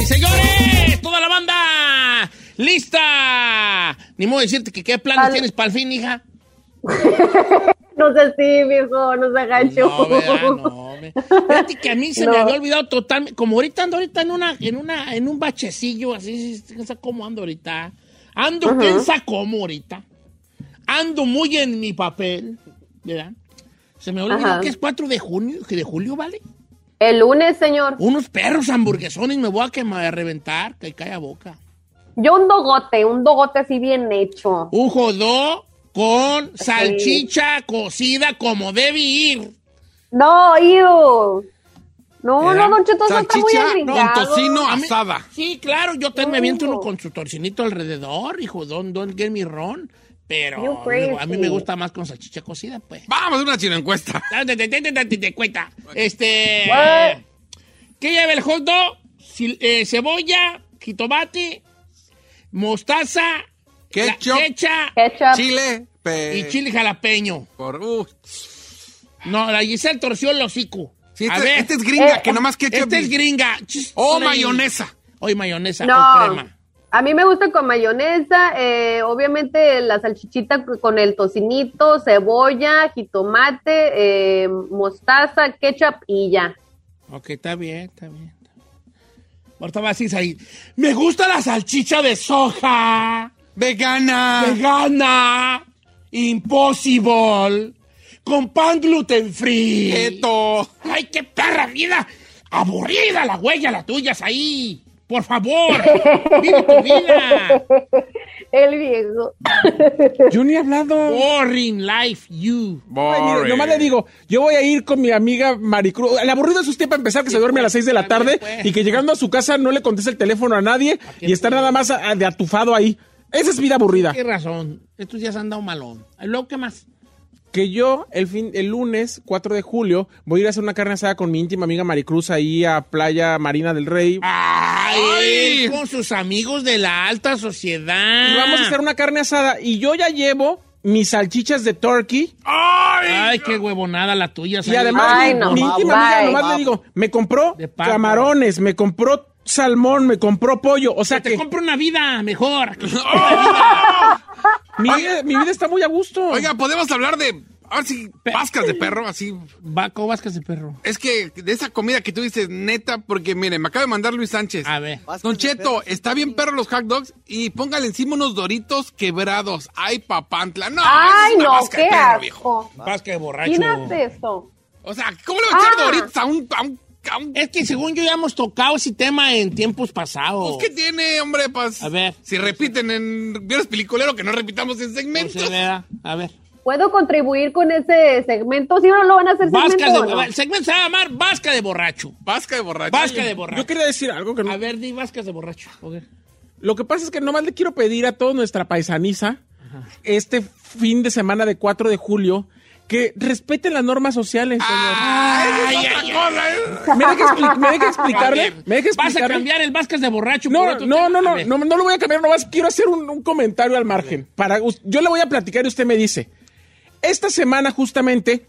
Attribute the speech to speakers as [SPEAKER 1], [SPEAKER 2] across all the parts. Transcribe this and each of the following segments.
[SPEAKER 1] Y señores, toda la banda lista. Ni modo de decirte que qué planes
[SPEAKER 2] Al-
[SPEAKER 1] tienes para el fin, hija.
[SPEAKER 2] No sé si, viejo, no se gancho.
[SPEAKER 1] No, ¿verdad? no. ve- Fíjate que a mí se me
[SPEAKER 2] No.
[SPEAKER 1] había olvidado totalmente. Como ahorita ando ahorita en una, en una, en un bachecillo, así, sí, no sé cómo ando ahorita. Ando, piensa cómo ahorita. Ando muy en mi papel, ¿verdad? Se me olvidó
[SPEAKER 2] Ajá.
[SPEAKER 1] que es 4 de junio, que de julio, ¿vale?
[SPEAKER 2] El lunes, señor.
[SPEAKER 1] Unos perros hamburguesones me voy a quemar, a reventar, que caiga boca.
[SPEAKER 2] Yo un dogote, un dogote así bien hecho.
[SPEAKER 1] Un jodó con salchicha cocida como debe ir.
[SPEAKER 2] No, iu. No,
[SPEAKER 1] Era
[SPEAKER 2] no, Don Cheto, eso está muy
[SPEAKER 3] con
[SPEAKER 2] agringado.
[SPEAKER 3] tocino
[SPEAKER 1] A mí-
[SPEAKER 3] asada. Oh.
[SPEAKER 1] Sí, claro, yo también me aviento uno
[SPEAKER 2] Ujú.
[SPEAKER 1] con su torcinito alrededor, hijo, don, don get me wrong.
[SPEAKER 2] You
[SPEAKER 1] Pero
[SPEAKER 2] crazy.
[SPEAKER 1] a mí me gusta más con salchicha cocida, pues.
[SPEAKER 3] Vamos a una chino encuesta.
[SPEAKER 1] Date, date, date, date, Te cuenta. Este.
[SPEAKER 2] What?
[SPEAKER 1] ¿Qué lleva el hot dog? Sil- eh, cebolla, jitomate, mostaza,
[SPEAKER 3] Ketchup. Eh.
[SPEAKER 1] hecha
[SPEAKER 2] Ketchup.
[SPEAKER 3] Chile pe-
[SPEAKER 1] y chile jalapeño.
[SPEAKER 3] Por, uh,
[SPEAKER 1] No, la Giselle torció el hocico.
[SPEAKER 3] sí,
[SPEAKER 1] a
[SPEAKER 3] este,
[SPEAKER 1] ver,
[SPEAKER 3] este es gringa,
[SPEAKER 2] Eh,
[SPEAKER 3] que nomás que
[SPEAKER 1] este es gringa.
[SPEAKER 3] O
[SPEAKER 1] Chis-
[SPEAKER 3] mayonesa.
[SPEAKER 1] O y mayonesa o
[SPEAKER 2] No.
[SPEAKER 1] crema.
[SPEAKER 2] A mí me gusta con mayonesa, eh, obviamente la salchichita con el tocinito, cebolla, jitomate, eh, mostaza, ketchup y ya.
[SPEAKER 1] Ok, está bien, está bien. está bien. Ahorita vas a ir ahí. Me gusta la salchicha de soja.
[SPEAKER 3] Vegana.
[SPEAKER 1] Vegana. Impossible. Con pan gluten free.
[SPEAKER 3] Keto.
[SPEAKER 1] ¡Ay, qué perra vida! ¡Aburrida la huella, la tuya, ahí! ¡Por favor! ¡Vive tu vida!
[SPEAKER 2] El viejo.
[SPEAKER 4] Yo ni he hablado.
[SPEAKER 1] Boring life, you.
[SPEAKER 4] Ay, mire,
[SPEAKER 3] Boring.
[SPEAKER 4] nomás le digo, yo voy a ir con mi amiga Maricruz. El aburrido es usted para empezar que se duerme a las 6 de la tarde
[SPEAKER 1] pues.
[SPEAKER 4] y que llegando a su casa no le contesta el teléfono a nadie y está nada más a- de atufado ahí. Esa es vida aburrida.
[SPEAKER 1] Qué razón. Estos días han dado malón. ¿Luego qué más?
[SPEAKER 4] Que yo el fin el lunes 4 de julio voy a ir a hacer una carne asada con mi íntima amiga Maricruz ahí a Playa Marina del Rey.
[SPEAKER 1] ¡Ay!
[SPEAKER 3] Ay.
[SPEAKER 1] Con sus amigos de la alta sociedad.
[SPEAKER 4] Y vamos a hacer una carne asada y yo ya llevo mis salchichas de turkey
[SPEAKER 1] ¡Ay, qué huevonada la tuya!
[SPEAKER 4] y
[SPEAKER 1] Saí.
[SPEAKER 4] además
[SPEAKER 2] Ay,
[SPEAKER 4] mi,
[SPEAKER 2] no,
[SPEAKER 4] mi
[SPEAKER 2] va,
[SPEAKER 4] íntima
[SPEAKER 2] bye.
[SPEAKER 4] amiga nomás le digo, me compró
[SPEAKER 1] De pato.
[SPEAKER 4] camarones, me compró salmón, me compró pollo, o sea
[SPEAKER 1] te
[SPEAKER 4] que
[SPEAKER 1] compro una vida mejor.
[SPEAKER 4] Mi, vida, mi vida está muy a gusto.
[SPEAKER 3] Oh, Oiga, podemos hablar de. A ver si pascas de perro, así.
[SPEAKER 1] Va, ¿Cómo vas que ese perro?
[SPEAKER 3] Es que de esa comida que tú dices, neta, porque mire, me acaba de mandar Luis Sánchez.
[SPEAKER 1] A ver.
[SPEAKER 3] Don Cheto, está bien perro los hot dogs y póngale encima unos doritos quebrados. Ay, papantla. No,
[SPEAKER 2] Ay,
[SPEAKER 3] eso es una
[SPEAKER 2] no,
[SPEAKER 3] vasca de
[SPEAKER 2] qué
[SPEAKER 3] perro, viejo.
[SPEAKER 2] asco.
[SPEAKER 1] Vas que borracho.
[SPEAKER 2] ¿Quién hace eso?
[SPEAKER 3] O sea, ¿cómo le va a echar
[SPEAKER 2] Ah.
[SPEAKER 3] doritos a un, a un, a un-
[SPEAKER 1] Es que según yo ya hemos tocado ese tema en tiempos pasados.
[SPEAKER 3] Pues, ¿Qué tiene, hombre? Pues,
[SPEAKER 1] A ver.
[SPEAKER 3] Si repiten en Viernes Peliculero, que no repitamos en segmentos.
[SPEAKER 1] Pues, vea, a ver.
[SPEAKER 2] ¿Puedo contribuir con ese segmento? ¿Sí o no lo van a hacer segmento
[SPEAKER 1] Vascas de,
[SPEAKER 2] o no?
[SPEAKER 1] El segmento se va a llamar Vasca de borracho.
[SPEAKER 3] Vasca de borracho.
[SPEAKER 1] Vasca de
[SPEAKER 4] Yo
[SPEAKER 1] borracho.
[SPEAKER 4] quería decir algo que no-
[SPEAKER 1] A ver, di Vascas de borracho. Ok.
[SPEAKER 4] Lo que pasa es que nomás le quiero pedir a toda nuestra paisaniza este fin de semana de 4 de julio que respeten las normas sociales, señor.
[SPEAKER 1] Ah.
[SPEAKER 3] Ay,
[SPEAKER 1] Ay,
[SPEAKER 3] esa
[SPEAKER 1] ay,
[SPEAKER 3] es otra cosa, ¿eh?
[SPEAKER 4] Me deja, expli- me deja
[SPEAKER 1] A
[SPEAKER 4] explicarle.
[SPEAKER 1] ver,
[SPEAKER 4] Me deja
[SPEAKER 1] ¿Vas a
[SPEAKER 4] explicarle.
[SPEAKER 1] cambiar el Vascas de borracho? por
[SPEAKER 4] No,
[SPEAKER 1] otro
[SPEAKER 4] no,
[SPEAKER 1] tema?
[SPEAKER 4] no,
[SPEAKER 1] A
[SPEAKER 4] no,
[SPEAKER 1] ver.
[SPEAKER 4] no, no lo voy a cambiar, nomás quiero hacer un, un comentario al margen. Para, us- yo le voy a platicar y usted me dice. Esta semana, justamente,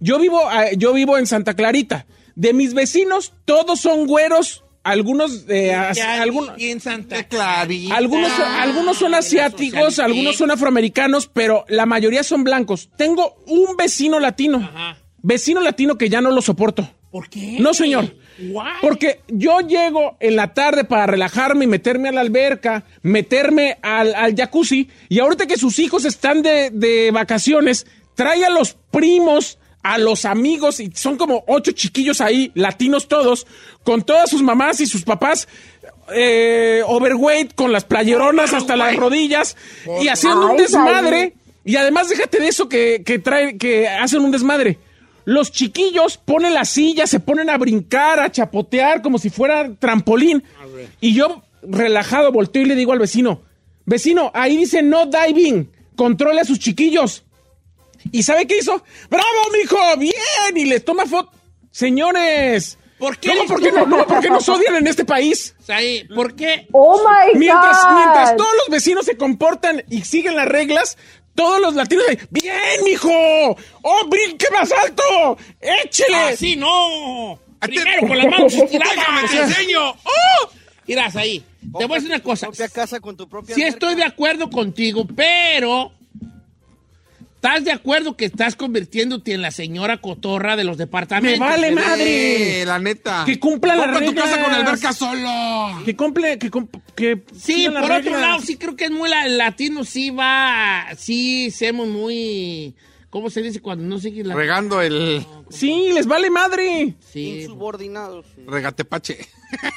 [SPEAKER 4] yo vivo, eh, yo vivo en Santa Clarita. De mis vecinos, todos son güeros. Algunos, eh, as-
[SPEAKER 1] Ya,
[SPEAKER 4] algunos,
[SPEAKER 1] y en Santa
[SPEAKER 3] Qué clarita.
[SPEAKER 4] algunos, son, algunos son
[SPEAKER 1] Ah,
[SPEAKER 4] asiáticos,
[SPEAKER 1] socialité.
[SPEAKER 4] algunos son afroamericanos, pero la mayoría son blancos. Tengo un vecino latino.
[SPEAKER 1] Ajá.
[SPEAKER 4] Vecino latino que ya no lo soporto.
[SPEAKER 1] ¿Por qué?
[SPEAKER 4] No, señor.
[SPEAKER 1] Why?
[SPEAKER 4] Porque yo llego en la tarde para relajarme y meterme a la alberca, meterme al, al jacuzzi, y ahorita que sus hijos están de, de vacaciones, trae a los primos, a los amigos, y son como ocho chiquillos ahí, latinos todos, con todas sus mamás y sus papás, eh, overweight, con las playeronas hasta las rodillas, y haciendo un
[SPEAKER 2] Ay, Saúl.
[SPEAKER 4] desmadre. Y además, déjate de eso que, que traen, que hacen un desmadre. Los chiquillos ponen las sillas, se ponen a brincar, a chapotear como si fuera trampolín. Y yo, relajado, volteo y le digo al vecino: Vecino, ahí dice no diving, controle a sus chiquillos. ¿Y sabe qué hizo? ¡Bravo, mijo! ¡Bien! Y les toma foto. Señores.
[SPEAKER 1] ¿Por qué?
[SPEAKER 4] No, porque no, no, porque nos odian en este país.
[SPEAKER 1] O sea, ahí, ¿Por qué?
[SPEAKER 2] Oh my
[SPEAKER 4] Mientras,
[SPEAKER 2] God.
[SPEAKER 4] mientras todos los vecinos se comportan y siguen las reglas, todos los latinos ahí, ¡Bien, mijo! ¡Oh, brinque más alto! ¡Échele!
[SPEAKER 1] Así Ah, no. Primero con las manos
[SPEAKER 3] ¡Déjame te
[SPEAKER 1] estiradas.
[SPEAKER 3] enseño!
[SPEAKER 1] ¡Oh! Irás ahí. Te voy a decir una cosa.
[SPEAKER 5] Propia casa con tu propia
[SPEAKER 1] Sí
[SPEAKER 5] alberca.
[SPEAKER 1] estoy de acuerdo contigo, pero ¿estás de acuerdo que estás convirtiéndote en la señora cotorra de los departamentos?
[SPEAKER 4] ¡Me vale madre!
[SPEAKER 3] Eh, la neta.
[SPEAKER 4] Que cumpla las
[SPEAKER 3] Compra tu
[SPEAKER 4] reglas.
[SPEAKER 3] casa con alberca solo.
[SPEAKER 4] Que cumple, que, cum- que
[SPEAKER 1] Sí,
[SPEAKER 4] sigan las
[SPEAKER 1] por otro
[SPEAKER 4] reglas.
[SPEAKER 1] lado, sí creo que es muy la- latino, sí va, sí, somos muy, ¿cómo se dice cuando no sigues la...
[SPEAKER 3] Regando el
[SPEAKER 4] Sí, les vale madre.
[SPEAKER 1] Sí,
[SPEAKER 5] Insubordinados.
[SPEAKER 3] regatepache.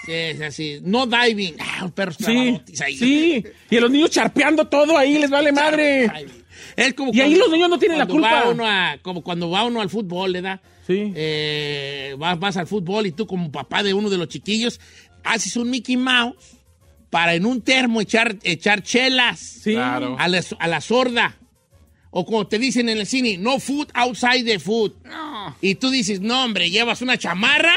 [SPEAKER 1] sí, es así. No diving. Ah, los perros
[SPEAKER 4] Sí,
[SPEAKER 1] trabadotes ahí.
[SPEAKER 4] sí. Y a los niños charpeando todo ahí, les vale madre.
[SPEAKER 1] Diving. Es como
[SPEAKER 4] Y ahí los niños no tienen la
[SPEAKER 1] cuando
[SPEAKER 4] culpa.
[SPEAKER 1] va uno a- como cuando va uno al fútbol, ¿verdad?
[SPEAKER 4] Sí.
[SPEAKER 1] Eh, vas, vas al fútbol y tú como papá de uno de los chiquillos haces un Mickey Mouse para en un termo echar, echar chelas
[SPEAKER 4] Sí.
[SPEAKER 3] Claro.
[SPEAKER 1] a, la, a la sorda. O como te dicen en el cine, no food outside the food. Y tú dices, no hombre, llevas una chamarra,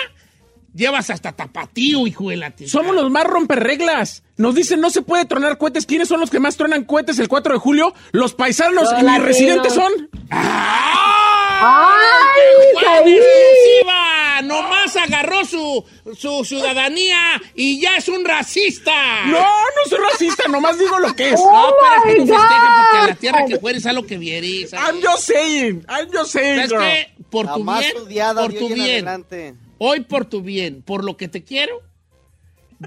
[SPEAKER 1] llevas hasta tapatío, hijo de la tiza.
[SPEAKER 4] Somos los más romperreglas. Nos dicen no se puede tronar cohetes. ¿Quiénes son los que más tronan cohetes el 4 de julio? Los paisanos
[SPEAKER 2] Los
[SPEAKER 4] y mis
[SPEAKER 2] latinos.
[SPEAKER 4] residentes son.
[SPEAKER 1] ¡Ah!
[SPEAKER 2] ¡Ay,
[SPEAKER 1] ¡Juan
[SPEAKER 2] Saúl!
[SPEAKER 1] exclusiva! Nomás agarró su, su ciudadanía y ya es un racista.
[SPEAKER 4] No, no soy racista, nomás digo lo que es.
[SPEAKER 2] Oh
[SPEAKER 1] No, pero es
[SPEAKER 2] my
[SPEAKER 1] que tú festejas porque a la
[SPEAKER 2] God.
[SPEAKER 1] tierra que fueres a lo que vieres.
[SPEAKER 4] I'm just saying, I'm just saying,
[SPEAKER 1] ¿Sabes
[SPEAKER 4] girl.
[SPEAKER 1] qué? Por
[SPEAKER 5] La
[SPEAKER 1] tu
[SPEAKER 5] más
[SPEAKER 1] bien,
[SPEAKER 5] odiada
[SPEAKER 1] por
[SPEAKER 5] de
[SPEAKER 1] tu
[SPEAKER 5] hoy en
[SPEAKER 1] bien,
[SPEAKER 5] adelante.
[SPEAKER 1] hoy por tu bien, por lo que te quiero,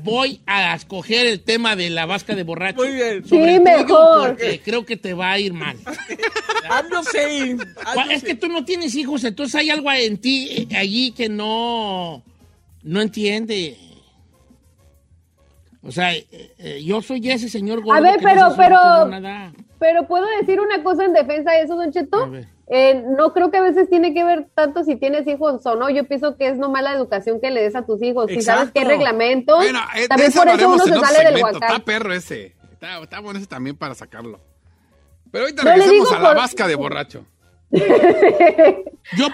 [SPEAKER 1] voy a escoger el tema de la vasca de borracho.
[SPEAKER 4] Muy bien.
[SPEAKER 1] sobre
[SPEAKER 2] Sí,
[SPEAKER 1] el tuyo,
[SPEAKER 2] mejor.
[SPEAKER 1] porque creo que te va a ir mal.
[SPEAKER 4] I'm just saying.
[SPEAKER 5] Ah,
[SPEAKER 4] I'm
[SPEAKER 1] Cua-
[SPEAKER 4] just
[SPEAKER 1] Es que tú no tienes hijos, entonces hay algo en ti eh, allí que no, no entiende. O sea, eh, eh, yo soy ese señor gordo.
[SPEAKER 2] ver,
[SPEAKER 1] que no
[SPEAKER 2] pero-
[SPEAKER 1] se
[SPEAKER 2] pero-
[SPEAKER 1] suelta de nada.
[SPEAKER 2] Pero puedo decir una cosa en defensa de eso, Don
[SPEAKER 1] A
[SPEAKER 2] Cheto.
[SPEAKER 1] ver.
[SPEAKER 2] Eh, no creo que a veces tiene que ver tanto si tienes hijos o no. Yo pienso que es no mala educación que le des a tus hijos. Si sabes
[SPEAKER 4] Exacto.
[SPEAKER 2] qué reglamento,
[SPEAKER 3] Bueno, eh, de
[SPEAKER 2] Oh, también
[SPEAKER 3] ese
[SPEAKER 2] por eso
[SPEAKER 3] hablaremos
[SPEAKER 2] uno
[SPEAKER 3] en
[SPEAKER 2] se
[SPEAKER 3] otro
[SPEAKER 2] sale del
[SPEAKER 3] segmento. Está
[SPEAKER 2] huacán.
[SPEAKER 3] perro ese. Está, está bueno ese también para sacarlo. Pero ahorita
[SPEAKER 2] No le
[SPEAKER 3] regresemos
[SPEAKER 2] digo
[SPEAKER 3] a la
[SPEAKER 2] por-
[SPEAKER 3] vasca de borracho.
[SPEAKER 1] Yo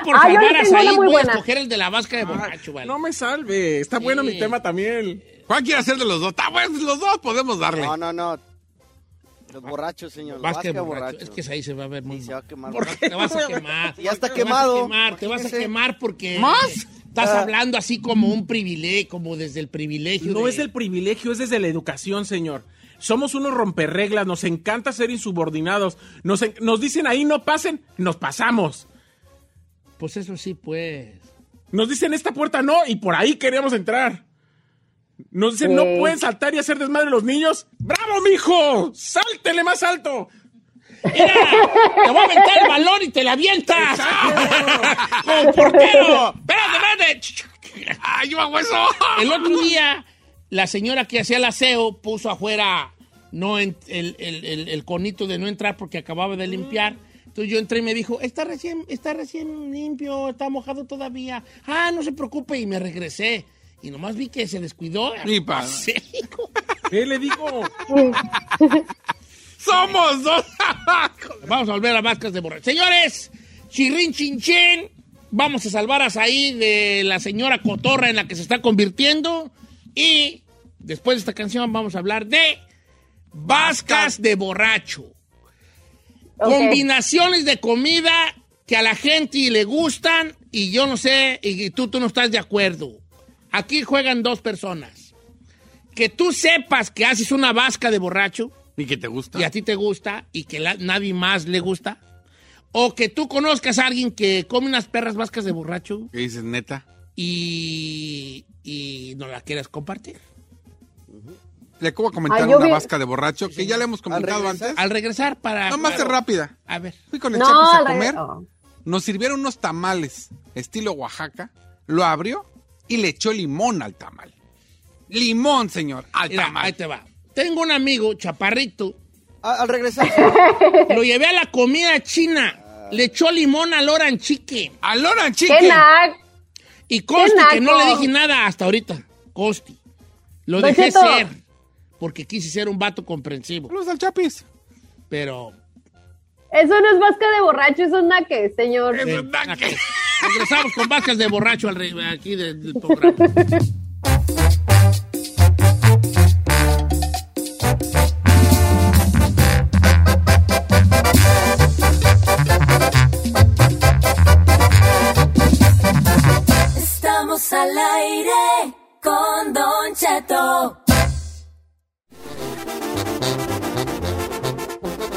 [SPEAKER 1] por
[SPEAKER 2] Ah, yo le
[SPEAKER 1] salvar a
[SPEAKER 2] tengo una
[SPEAKER 1] Said
[SPEAKER 2] muy
[SPEAKER 1] voy
[SPEAKER 2] buena.
[SPEAKER 1] a escoger el de la vasca de
[SPEAKER 4] saying.
[SPEAKER 1] borracho, vale.
[SPEAKER 4] No me salve, está bueno mi tema también.
[SPEAKER 3] ¿Cuál quiere hacer de los dos? Está bueno, los dos podemos darle.
[SPEAKER 5] No, no, no. Los borrachos, señor.
[SPEAKER 1] vasca de
[SPEAKER 5] Vasca
[SPEAKER 1] borracho.
[SPEAKER 5] borracho.
[SPEAKER 1] Es que Said se va a ver muy
[SPEAKER 5] Sí, se va
[SPEAKER 1] mal.
[SPEAKER 5] a quemar.
[SPEAKER 1] Te vas a quemar.
[SPEAKER 5] Ya está
[SPEAKER 1] Te vas a
[SPEAKER 5] quemado. Ah.
[SPEAKER 1] quemar, te vas a
[SPEAKER 5] Imagínese.
[SPEAKER 1] quemar porque...
[SPEAKER 3] ¿Más?
[SPEAKER 1] Estás hablando así como un privilegio, como desde el privilegio.
[SPEAKER 4] No
[SPEAKER 1] de-
[SPEAKER 4] es el privilegio, es desde la educación, señor. Somos unos romperreglas, nos encanta ser insubordinados. Nos, en- nos dicen ahí no pasen, nos pasamos.
[SPEAKER 1] Pues eso sí, pues.
[SPEAKER 4] Nos dicen esta puerta no y por ahí queríamos entrar. Nos dicen no pueden saltar y hacer desmadre los niños. ¡Bravo, mijo! ¡Sáltele más alto!
[SPEAKER 1] Mira, te voy a aventar el balón y te la avientas. Como portero. Espérate, espérate. Ch, ch.
[SPEAKER 3] ¡Ay, yo hago eso!
[SPEAKER 1] El otro día, la señora que hacía el aseo puso afuera no en- el, el- el- el conito de no entrar porque acababa de limpiar. Entonces yo entré y me dijo, está recién, está recién limpio, está mojado todavía. Ah, no se preocupe. Y me regresé. Y nomás vi que se descuidó.
[SPEAKER 3] Ni pa-
[SPEAKER 1] Sí, hijo.
[SPEAKER 4] ¿Qué le digo?
[SPEAKER 3] ¡Somos dos!
[SPEAKER 1] Vamos a volver a Vascas de borracho. Señores, chirrin chinchen, vamos a salvar a Saí de la señora cotorra en la que se está convirtiendo. Y después de esta canción vamos a hablar de Vascas de borracho.
[SPEAKER 2] Ok.
[SPEAKER 1] Combinaciones de comida que a la gente le gustan y yo no sé, y tú, tú no estás de acuerdo. Aquí juegan dos personas. Que tú sepas que haces una vasca de borracho
[SPEAKER 3] Ni que te gusta.
[SPEAKER 1] y a ti te gusta y que la- nadie más le gusta. O que tú conozcas a alguien que come unas perras vascas de borracho
[SPEAKER 3] ¿Qué dices, neta?
[SPEAKER 1] y, y no la quieras compartir.
[SPEAKER 3] Le acabo de comentar
[SPEAKER 2] Ay, Ah, yo
[SPEAKER 3] una
[SPEAKER 2] vi-
[SPEAKER 3] vasca de borracho que ya le hemos comentado
[SPEAKER 5] regresar?
[SPEAKER 3] antes.
[SPEAKER 1] Al regresar para...
[SPEAKER 3] Nada más de rápida.
[SPEAKER 1] A ver.
[SPEAKER 3] Fui con el
[SPEAKER 2] No,
[SPEAKER 3] Chapis a
[SPEAKER 2] al
[SPEAKER 3] comer.
[SPEAKER 2] revés. Oh.
[SPEAKER 3] Nos sirvieron unos tamales estilo Oaxaca. Lo abrió y le echó limón al tamal. Limón, señor, al
[SPEAKER 1] Mira, ahí
[SPEAKER 3] tamal.
[SPEAKER 1] te va. Tengo un amigo, chaparrito,
[SPEAKER 5] A- al regresar.
[SPEAKER 1] lo llevé a la comida china, le echó limón al oran chicken.
[SPEAKER 3] Al oran
[SPEAKER 2] ¡Qué
[SPEAKER 3] chicken.
[SPEAKER 2] nac!
[SPEAKER 1] Y conste
[SPEAKER 2] ¡Qué
[SPEAKER 1] que no le
[SPEAKER 2] naco!
[SPEAKER 1] dije nada hasta ahorita. Costi. Lo
[SPEAKER 2] Don
[SPEAKER 1] dejé
[SPEAKER 2] Cheto.
[SPEAKER 1] ser. Porque quise ser un vato comprensivo.
[SPEAKER 3] Saludos al Chapis.
[SPEAKER 1] Pero.
[SPEAKER 2] Eso no es vasca de borracho, eso es naque, señor.
[SPEAKER 1] Eh,
[SPEAKER 3] Es un naque.
[SPEAKER 1] pues, Regresamos con vacas de borracho al re- aquí de- del programa.
[SPEAKER 6] Estamos al aire con Don Cheto.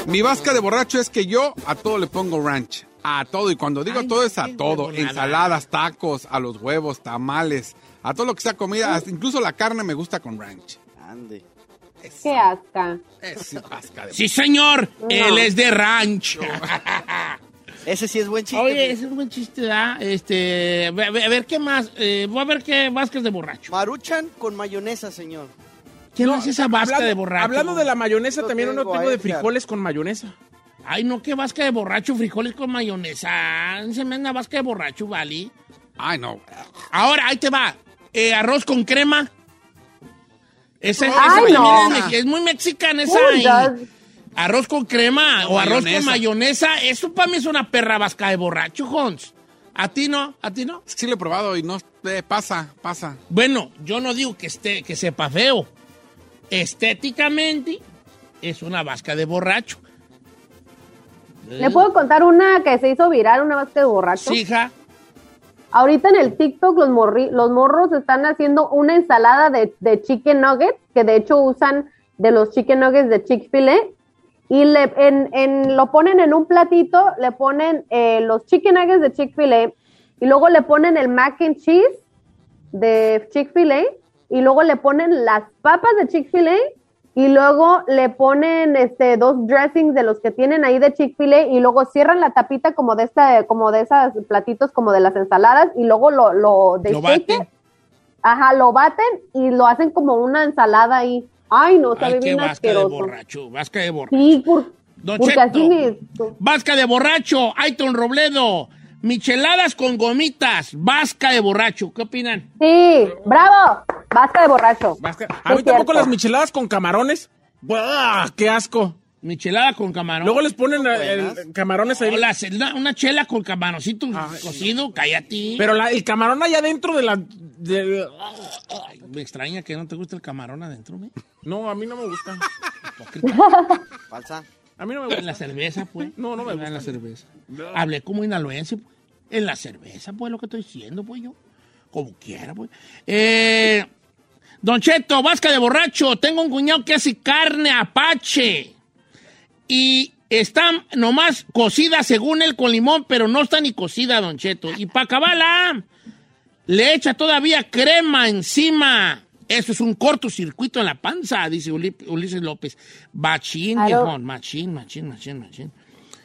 [SPEAKER 3] Mi vasca de borracho es que yo a todo le pongo ranch. A todo. Y cuando digo
[SPEAKER 1] Ay,
[SPEAKER 3] a todo
[SPEAKER 1] no,
[SPEAKER 3] es a
[SPEAKER 1] qué
[SPEAKER 3] todo.
[SPEAKER 1] huevonada.
[SPEAKER 3] Ensaladas, tacos, a los huevos, tamales, a todo lo que sea comida. hasta Incluso la carne me gusta con ranch.
[SPEAKER 5] Ande.
[SPEAKER 2] ¡Qué asca!
[SPEAKER 3] Es vasca de
[SPEAKER 1] Sí, señor. Él es de rancho.
[SPEAKER 5] Ese sí es buen chiste.
[SPEAKER 1] Oye, ese es un buen chiste, ¿verdad? Este. A ver, a ver, qué más. Eh, voy a ver qué vascas de borracho.
[SPEAKER 5] Maruchan con mayonesa, señor.
[SPEAKER 1] ¿Quién no, hace esa vasca
[SPEAKER 4] Hablando-
[SPEAKER 1] de borracho?
[SPEAKER 4] Hablando de la mayonesa,
[SPEAKER 5] Yo
[SPEAKER 4] también uno
[SPEAKER 5] tengo
[SPEAKER 4] tengo
[SPEAKER 5] a
[SPEAKER 4] de
[SPEAKER 5] Edgar.
[SPEAKER 4] frijoles con mayonesa.
[SPEAKER 1] Ay, no, qué vasca de borracho, frijoles con mayonesa. Ah, Se me da una vasca de borracho, ¿vale?
[SPEAKER 3] Ay, no.
[SPEAKER 1] Ahora, ahí te va. Eh, arroz con crema. Ese, ese
[SPEAKER 2] Ay,
[SPEAKER 1] también
[SPEAKER 2] no.
[SPEAKER 1] es, mex- es muy mexicana esa.
[SPEAKER 2] Who
[SPEAKER 1] y
[SPEAKER 2] does-
[SPEAKER 1] Arroz con crema o arroz con
[SPEAKER 3] Mayonesa.
[SPEAKER 1] mayonesa. Eso para mí es una perra vasca de borracho, Jones. ¿A ti no? ¿A ti no?
[SPEAKER 3] Es que sí lo he probado y no. eh, pasa, pasa.
[SPEAKER 1] Bueno, yo no digo que, esté, que sepa feo. Estéticamente es una vasca de borracho.
[SPEAKER 2] ¿Le puedo contar una que se hizo viral, una vasca de borracho?
[SPEAKER 1] Sí, hija.
[SPEAKER 2] Ahorita en el TikTok los, morri- los morros están haciendo una ensalada de, de chicken nuggets, que de hecho usan de los chicken nuggets de Chick-fil-A, y le, en, en- lo ponen en un platito, le ponen eh, los chicken nuggets de Chick-fil-A, y luego le ponen el mac and cheese de Chick-fil-A, y luego le ponen las papas de Chick-fil-A, y luego le ponen este dos dressings de los que tienen ahí de Chick-fil-A y luego cierran la tapita como de esta como de esos platitos como de las ensaladas y luego lo lo, they
[SPEAKER 1] Lo
[SPEAKER 2] shake
[SPEAKER 1] baten.
[SPEAKER 2] it. Ajá, lo baten y lo hacen como una ensalada ahí. Ay, no, sabe
[SPEAKER 1] Ay, qué
[SPEAKER 2] bien
[SPEAKER 1] vasca de
[SPEAKER 2] asqueroso.
[SPEAKER 1] borracho. Vasca de borracho.
[SPEAKER 2] Sí, por-
[SPEAKER 1] Don
[SPEAKER 2] porque
[SPEAKER 1] Cheto.
[SPEAKER 2] así ni-
[SPEAKER 1] Vasca de borracho, Aiton Robledo, micheladas con gomitas, vasca de borracho. ¿Qué opinan?
[SPEAKER 2] Sí, bravo. Basta de borracho.
[SPEAKER 4] Vasca- A mí
[SPEAKER 2] Es
[SPEAKER 4] tampoco
[SPEAKER 2] cierto.
[SPEAKER 4] las micheladas con camarones. ¡Buah! ¡Qué asco!
[SPEAKER 1] Michelada con camarón.
[SPEAKER 4] Luego les ponen eh, el-
[SPEAKER 5] buenas.
[SPEAKER 4] camarones ahí.
[SPEAKER 1] O la ce- una, una chela con camaroncito cocido, cállate.
[SPEAKER 4] Pero la- el camarón allá adentro de la... del-
[SPEAKER 1] Ay, me extraña que no te guste el camarón adentro, ¿me?
[SPEAKER 4] No, a mí no me gusta.
[SPEAKER 1] Hipócrita.
[SPEAKER 5] Falsa.
[SPEAKER 4] A mí no me
[SPEAKER 1] En
[SPEAKER 4] gusta.
[SPEAKER 1] la cerveza, pues.
[SPEAKER 4] No, no me
[SPEAKER 1] En la cerveza. Hablé como inaluense, pues. En la cerveza, pues, lo que estoy diciendo, pues, yo. Como quiera, pues. Eh, don Cheto, vasca de borracho. Tengo un cuñado que hace carne apache. Y está nomás cocida, según él, con limón, pero no está ni cocida, Don Cheto. Y para acabarla, le echa todavía crema encima. Eso es un cortocircuito en la panza, dice Uli- Ulises López. Machín,
[SPEAKER 2] Claro.
[SPEAKER 1] viejón, machín, machín, machín, machín.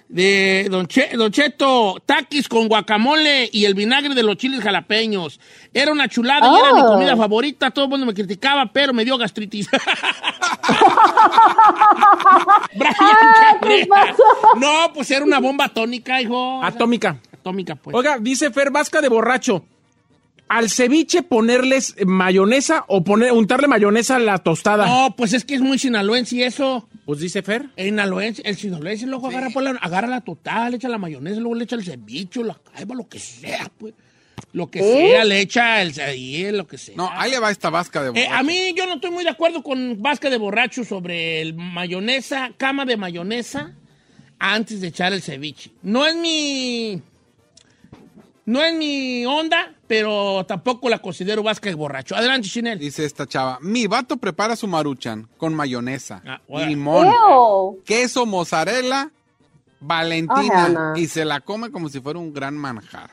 [SPEAKER 1] De don, Che- Don Cheto, taquis con guacamole y el vinagre de los chiles jalapeños. Era una chulada y era mi
[SPEAKER 2] Oh.
[SPEAKER 1] comida favorita. Todo el mundo me criticaba, pero me dio gastritis. Brian Cabrera.
[SPEAKER 2] Ah, pasó?
[SPEAKER 1] No, pues era una bomba tónica, hijo.
[SPEAKER 4] Atómica.
[SPEAKER 1] Atómica, pues.
[SPEAKER 4] Oiga, dice Fer Vasca de borracho. Al ceviche ponerles mayonesa o poner, untarle mayonesa a la tostada.
[SPEAKER 1] No, pues es que es muy sinaloense y eso.
[SPEAKER 4] Pues dice Fer.
[SPEAKER 1] En sinaloense, el sinaloense luego agarra, por la, agarra la total, le echa la mayonesa, luego le echa el ceviche, la caiba, lo que sea, pues. Lo que
[SPEAKER 2] ¿Eh?
[SPEAKER 1] sea, le echa el ahí, lo que sea.
[SPEAKER 3] No, ahí le va esta vasca de
[SPEAKER 1] Eh,
[SPEAKER 3] borracho.
[SPEAKER 1] a mí yo no estoy muy de acuerdo con Vasca de Borracho sobre el mayonesa, cama de mayonesa, antes de echar el ceviche. No es mi. No es mi onda, pero tampoco la considero Vasca de Borracho. Adelante, Chinel.
[SPEAKER 3] Dice esta chava, mi vato prepara su maruchan con mayonesa,
[SPEAKER 1] Ah, ahora.
[SPEAKER 3] limón,
[SPEAKER 2] Ew.
[SPEAKER 3] queso mozzarella
[SPEAKER 2] Oh, hell
[SPEAKER 3] Valentina
[SPEAKER 2] no.
[SPEAKER 3] y se la come como si fuera un gran manjar.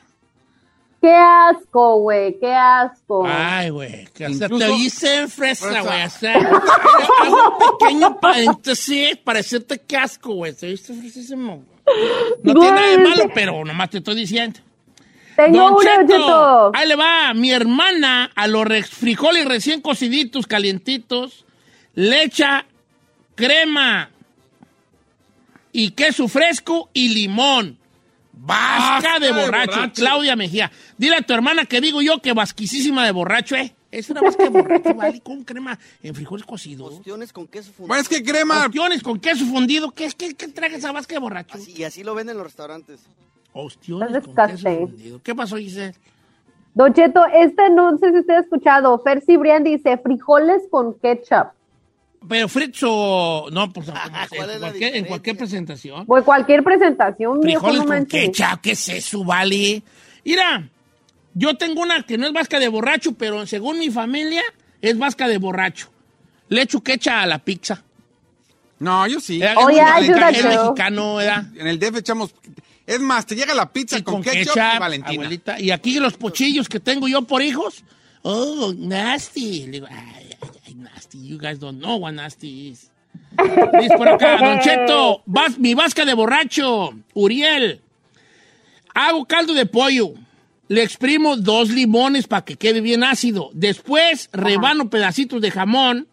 [SPEAKER 2] Qué asco, güey, qué asco.
[SPEAKER 1] Ay, güey. que hasta
[SPEAKER 3] Incluso-
[SPEAKER 1] te hice en fresa,
[SPEAKER 3] Fresa.
[SPEAKER 1] güey. o sea, hago un pequeño paréntesis para hacerte casco, güey. Te hice fresísimo. No
[SPEAKER 2] Güey,
[SPEAKER 1] tiene nada de
[SPEAKER 2] es
[SPEAKER 1] malo,
[SPEAKER 2] que-
[SPEAKER 1] pero nomás te estoy diciendo.
[SPEAKER 2] Tengo
[SPEAKER 1] Don
[SPEAKER 2] uno,
[SPEAKER 1] Cheto,
[SPEAKER 2] Cheto.
[SPEAKER 1] Ahí le va. Mi hermana a los re- frijoles recién cociditos, calientitos, le echa crema y queso fresco y limón. Vasca
[SPEAKER 3] Vasca
[SPEAKER 1] de
[SPEAKER 3] de
[SPEAKER 1] borracho.
[SPEAKER 3] borracho.
[SPEAKER 1] Claudia Mejía. Dile a tu hermana que digo yo que vasquisísima de borracho, ¿eh? Es una vasca de borracho, ¿vale? Con crema en frijoles cocidos.
[SPEAKER 5] Cuestiones con queso fundido.
[SPEAKER 3] Bueno, es que crema.
[SPEAKER 1] Ostiones con queso fundido. ¿Qué, qué, qué traga esa vasca de borracho?
[SPEAKER 5] Así- y así lo venden en los restaurantes.
[SPEAKER 1] Ostiones
[SPEAKER 2] That's
[SPEAKER 1] con queso
[SPEAKER 2] disgusting.
[SPEAKER 1] fundido. ¿Qué pasó, Giselle?
[SPEAKER 2] Don Cheto, este no sé si usted ha escuchado. Fer Cibrián dice frijoles con ketchup.
[SPEAKER 1] Pero Fritz o... No, pues no, no sé,
[SPEAKER 5] ¿cuál
[SPEAKER 1] en,
[SPEAKER 5] es la
[SPEAKER 1] cualquier, en
[SPEAKER 5] diferencia?
[SPEAKER 1] cualquier presentación.
[SPEAKER 2] Güey, Pues cualquier presentación, viejo, no
[SPEAKER 1] Frijoles con
[SPEAKER 2] Pues, manches.
[SPEAKER 1] ketchup, ¿qué es eso, vale? Mira, yo tengo una que no es vasca de borracho, pero según mi familia es vasca de borracho. Le echo quecha a la pizza.
[SPEAKER 3] No, yo sí.
[SPEAKER 1] Eh, es
[SPEAKER 2] Oye,
[SPEAKER 1] muy
[SPEAKER 2] ayuda,
[SPEAKER 1] mexicano, Es
[SPEAKER 2] Joe.
[SPEAKER 1] mexicano, ¿verdad?
[SPEAKER 3] En el DF echamos. Es más, te llega la pizza
[SPEAKER 1] Y
[SPEAKER 3] con, ketchup, y Valentina.
[SPEAKER 1] abuelita. Y aquí los pochillos que tengo yo por hijos. Oh, nasty. Le digo, ay, ay, ay, nasty. You guys don't know what nasty is. Dice por acá, Don Cheto, vas- mi vasca de borracho, Uriel. Hago caldo de pollo. Le exprimo dos limones para que quede bien ácido. Después rebano pedacitos de jamón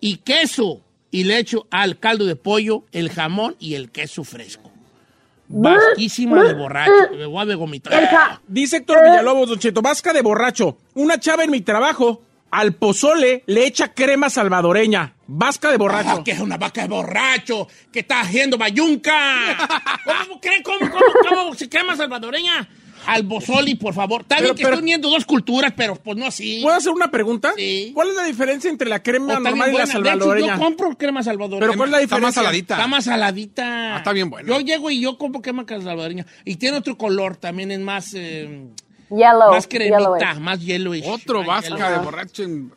[SPEAKER 1] y queso y le echo al caldo de pollo el jamón y el queso fresco. Vasquísima de borracho. Me voy a
[SPEAKER 2] Mm, El
[SPEAKER 1] vomitar.
[SPEAKER 2] ja-
[SPEAKER 4] Dice Héctor Villalobos, Don Cheto, vasca de borracho. Una chava en mi trabajo, al pozole le echa crema salvadoreña. Vasca de
[SPEAKER 1] Ah,
[SPEAKER 4] borracho.
[SPEAKER 1] que es una vaca de borracho, que está haciendo bayunca. ¿Cómo creen? ¿Cómo, cómo, cómo se llama salvadoreña? Al bozoli, por favor. Está bien
[SPEAKER 4] Pero,
[SPEAKER 1] que
[SPEAKER 4] pero-
[SPEAKER 1] estoy uniendo dos culturas, pero pues no así.
[SPEAKER 4] ¿Puedo hacer una pregunta?
[SPEAKER 1] Sí.
[SPEAKER 4] ¿Cuál es la diferencia entre la
[SPEAKER 1] O
[SPEAKER 4] crema
[SPEAKER 1] está bien
[SPEAKER 4] normal y la
[SPEAKER 1] buena. De hecho,
[SPEAKER 4] salvadoreña?
[SPEAKER 1] yo compro crema salvadoreña.
[SPEAKER 4] Pero ¿cuál es la
[SPEAKER 3] Está más
[SPEAKER 4] diferencia?
[SPEAKER 3] saladita.
[SPEAKER 1] Está más saladita.
[SPEAKER 3] Ah, está bien buena.
[SPEAKER 1] Yo llego y yo compro crema salvadoreña. Y tiene otro color también, es más, eh,
[SPEAKER 2] Yellow.
[SPEAKER 1] más
[SPEAKER 2] yellow,
[SPEAKER 1] cremita,
[SPEAKER 2] eh.
[SPEAKER 1] más yellowish.
[SPEAKER 3] Otro
[SPEAKER 1] más
[SPEAKER 3] vasca
[SPEAKER 1] yellow.
[SPEAKER 3] de borracho. en-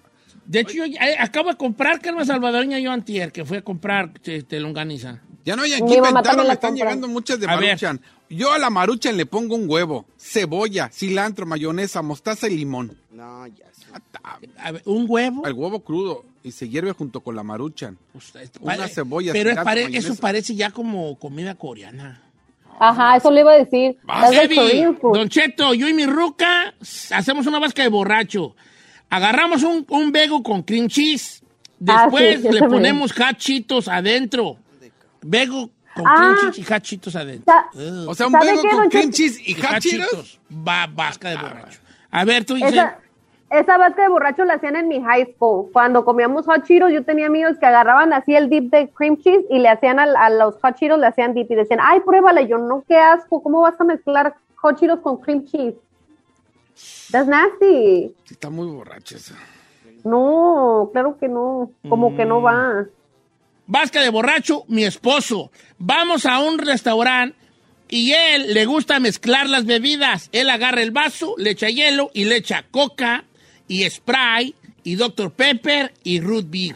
[SPEAKER 1] De hecho, yo eh, acabo de comprar crema salvadoreña yo antier, que fui a comprar este, longaniza.
[SPEAKER 3] Ya no hay
[SPEAKER 2] Mi
[SPEAKER 3] aquí
[SPEAKER 2] mamá
[SPEAKER 3] ventana,
[SPEAKER 2] también
[SPEAKER 3] me
[SPEAKER 2] la
[SPEAKER 3] están
[SPEAKER 2] compra.
[SPEAKER 3] llegando muchas de
[SPEAKER 1] A ver.
[SPEAKER 3] maruchan. Yo a la maruchan le pongo un huevo, cebolla, cilantro, mayonesa, mostaza y limón. Ah,
[SPEAKER 5] No, ya sé.
[SPEAKER 1] A ver, un huevo.
[SPEAKER 3] El huevo crudo y se hierve junto con la maruchan.
[SPEAKER 1] Pues, es-
[SPEAKER 3] Una
[SPEAKER 1] pare-
[SPEAKER 3] cebolla,
[SPEAKER 1] Pero es
[SPEAKER 3] cilantro,
[SPEAKER 1] pare-
[SPEAKER 3] mayonesa.
[SPEAKER 1] eso parece ya como comida coreana.
[SPEAKER 2] Ajá, eso le iba a decir.
[SPEAKER 3] Ah,
[SPEAKER 2] That's like
[SPEAKER 1] Evi,
[SPEAKER 2] Korean food.
[SPEAKER 1] Don Cheto, yo y mi ruca s- hacemos una vasca de borracho. Agarramos un, un vego con cream cheese.
[SPEAKER 2] Ah,
[SPEAKER 1] Después
[SPEAKER 2] sí, yo
[SPEAKER 1] le
[SPEAKER 2] también.
[SPEAKER 1] ponemos hachitos adentro. Vego con
[SPEAKER 2] Ah.
[SPEAKER 1] cream cheese y hachitos adentro.
[SPEAKER 2] Sa-
[SPEAKER 3] O sea, un
[SPEAKER 2] ¿Sabe
[SPEAKER 3] huevo
[SPEAKER 2] qué,
[SPEAKER 3] con
[SPEAKER 2] don
[SPEAKER 3] cream
[SPEAKER 2] Cheto?
[SPEAKER 3] cheese y Ah,
[SPEAKER 1] Y
[SPEAKER 3] hachiros.
[SPEAKER 1] hachitos. Va, vasca de borracho. A ver, tú dices.
[SPEAKER 2] Esa, esa vasca de borracho la hacían en mi high school. Cuando comíamos hot Cheetos, yo tenía amigos que agarraban así el dip de cream cheese y le hacían al- a, los hot Cheetos, le hacían dip y decían, ay, pruébala. Y Yo, no, qué asco, ¿cómo vas a mezclar hot Cheetos con cream cheese? That's nasty.
[SPEAKER 3] Sí, Está muy borracho eso.
[SPEAKER 2] No, claro que no. Como que
[SPEAKER 1] Mm.
[SPEAKER 2] no va.
[SPEAKER 1] Vasca de borracho, mi esposo. Vamos a un restaurante y él le gusta mezclar las bebidas. Él agarra el vaso, le echa hielo y le echa coca y spray y Dr. Pepper y root beer.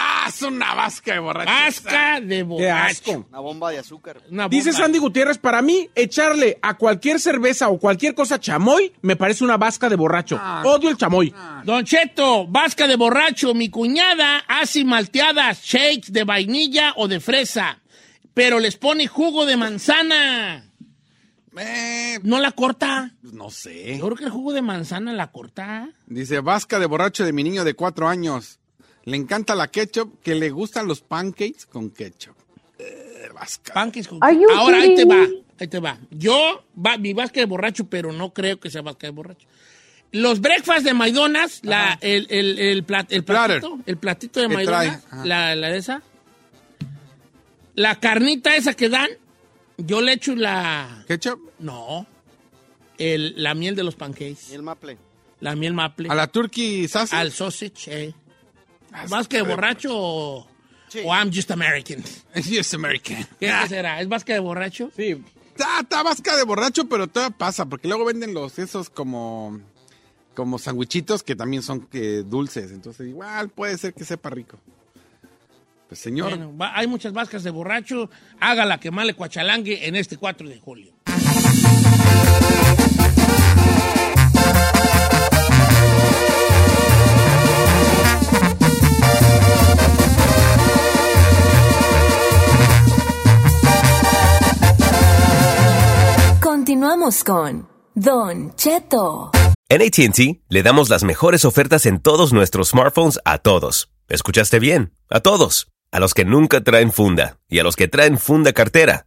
[SPEAKER 3] ¡Ah, es una vasca de borracho!
[SPEAKER 1] Vasca de
[SPEAKER 4] Qué
[SPEAKER 1] borracho.
[SPEAKER 4] asco.
[SPEAKER 5] Una bomba de azúcar.
[SPEAKER 1] Una
[SPEAKER 4] Dice
[SPEAKER 1] bomba.
[SPEAKER 4] Sandy Gutiérrez, para mí, echarle a cualquier cerveza o cualquier cosa chamoy me parece una vasca de borracho. Odio el chamoy.
[SPEAKER 1] Don Cheto, vasca de borracho, mi cuñada hace malteadas, shakes de vainilla o de fresa, pero les pone jugo de manzana.
[SPEAKER 3] Eh,
[SPEAKER 1] ¿No la corta?
[SPEAKER 3] no sé.
[SPEAKER 1] Yo creo que el jugo de manzana la corta.
[SPEAKER 3] Dice, vasca de borracho de mi niño de cuatro años. Le encanta la ketchup, que le gustan los pancakes con ketchup. Eh, vasca.
[SPEAKER 1] Panques con-
[SPEAKER 2] Are you
[SPEAKER 1] Ahora ahí te
[SPEAKER 2] kidding
[SPEAKER 1] va,
[SPEAKER 2] me?
[SPEAKER 1] ahí te va. Yo, va, mi vasca de borracho, pero no creo que sea vasca de borracho. Los breakfast de Maidonas, la, el, el, el, plat- el
[SPEAKER 3] Platter.
[SPEAKER 1] platito, el platito de
[SPEAKER 3] Que
[SPEAKER 1] Maidonas,
[SPEAKER 3] trae, ajá.
[SPEAKER 1] la, la de esa. La carnita esa que dan, yo le echo la...
[SPEAKER 3] ¿Ketchup?
[SPEAKER 1] No, el- la miel de los
[SPEAKER 5] Y
[SPEAKER 1] pancakes,
[SPEAKER 5] el maple.
[SPEAKER 1] la miel maple,
[SPEAKER 3] ¿A la turkey sassy?
[SPEAKER 1] al sausage, eh.
[SPEAKER 3] Ah,
[SPEAKER 1] ¿Vasca de
[SPEAKER 3] sí,
[SPEAKER 1] borracho o,
[SPEAKER 5] Sí.
[SPEAKER 1] o I'm just American?
[SPEAKER 3] Yes, American.
[SPEAKER 1] ¿Qué será? ¿Es vasca de borracho?
[SPEAKER 4] Sí.
[SPEAKER 3] Está, está vasca de borracho, pero todavía pasa, porque luego venden los esos como como sandwichitos que también son que dulces, entonces igual puede ser que sepa rico. Pues, señor,
[SPEAKER 1] Bueno, va- hay muchas vascas de borracho. Hágala que male cuachalangue en este 4 de julio.
[SPEAKER 6] Continuamos con Don Cheto.
[SPEAKER 7] En ATT le damos las mejores ofertas en todos nuestros smartphones a todos. ¿Escuchaste bien? A todos. A los que nunca traen funda y a los que traen funda cartera.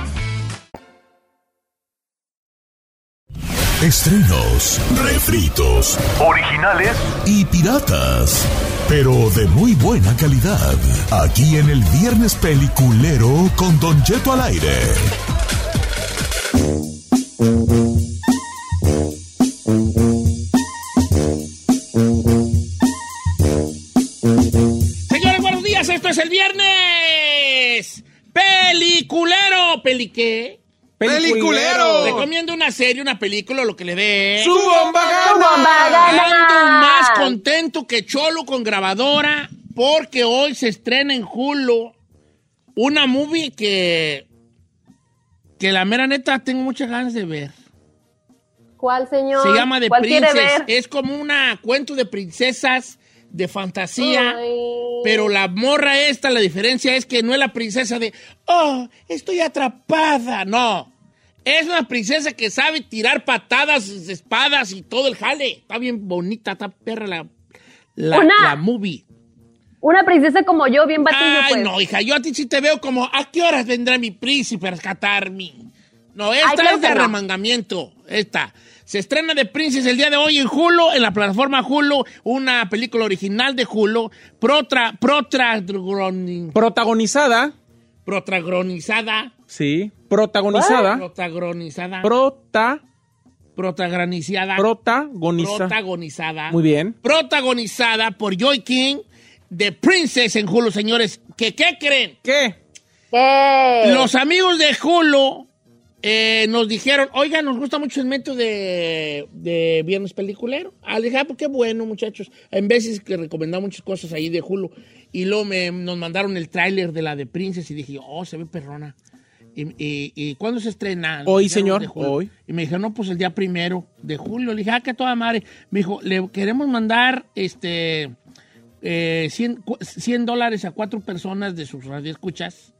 [SPEAKER 8] Estrenos, refritos, originales y piratas, pero de muy buena calidad. Aquí en el Viernes Peliculero con Don Jeto al aire.
[SPEAKER 1] Señores, buenos días. Esto es el viernes. Peliculero. ¿Peliqué?
[SPEAKER 3] ¡Peliculero!
[SPEAKER 1] Recomiendo una serie, una película, lo que le dé.
[SPEAKER 3] ¡Su bomba gana!
[SPEAKER 1] Ando más contento que Cholo con grabadora porque hoy se estrena en Hulu una movie que que la mera neta tengo muchas ganas de ver.
[SPEAKER 2] ¿Cuál, señor?
[SPEAKER 1] Se llama The
[SPEAKER 2] ¿Cuál quiere
[SPEAKER 1] Princess.
[SPEAKER 2] ver?
[SPEAKER 1] Es como una cuento de princesas de fantasía.
[SPEAKER 2] Ay.
[SPEAKER 1] Pero la morra esta, la diferencia es que no es la princesa de, oh, estoy atrapada. No. Es una princesa que sabe tirar patadas, espadas y todo el jale. Está bien bonita, está perra la, la,
[SPEAKER 2] Una.
[SPEAKER 1] la movie.
[SPEAKER 2] Una princesa como yo, bien batillo,
[SPEAKER 1] Ay,
[SPEAKER 2] pues.
[SPEAKER 1] no, hija, yo a ti sí te veo como, ¿a qué horas vendrá mi príncipe a rescatarme? No, esta
[SPEAKER 2] Ay, claro
[SPEAKER 1] es de
[SPEAKER 2] que no.
[SPEAKER 1] remangamiento, esta. Se estrena de Princess el día de hoy en Hulu, en la plataforma Hulu, una película original de Hulu, protra, protra, groni-
[SPEAKER 4] Protagonizada,
[SPEAKER 1] protagonizada,
[SPEAKER 4] sí, protagonizada,
[SPEAKER 1] protagonizada,
[SPEAKER 4] prota,
[SPEAKER 1] protagonizada,
[SPEAKER 4] protagonizada.
[SPEAKER 1] protagonizada.
[SPEAKER 4] Muy bien.
[SPEAKER 1] Protagonizada por Joy King, de Princess en Hulu, señores. ¿Qué, qué creen?
[SPEAKER 4] ¿Qué?
[SPEAKER 2] ¿Qué?
[SPEAKER 1] Los amigos de Hulu eh, nos dijeron, oiga, nos gusta mucho el método de, de Viernes Peliculero. Ah, le dije, ah, pues qué bueno, muchachos. En veces que recomendaba muchas cosas ahí de Hulu. Y luego me- nos mandaron el tráiler de la de Princess y dije, oh, se ve perrona. ¿Y, y, y cuándo se estrena?
[SPEAKER 4] Hoy,
[SPEAKER 1] Me dijeron,
[SPEAKER 4] señor,
[SPEAKER 1] de julio.
[SPEAKER 4] hoy.
[SPEAKER 1] Y me dijeron, no, pues el día primero de julio. Le dije, ah, que toda madre. Me dijo, le queremos mandar este eh, 100, cu- 100 dólares a cuatro personas de sus radioescuchas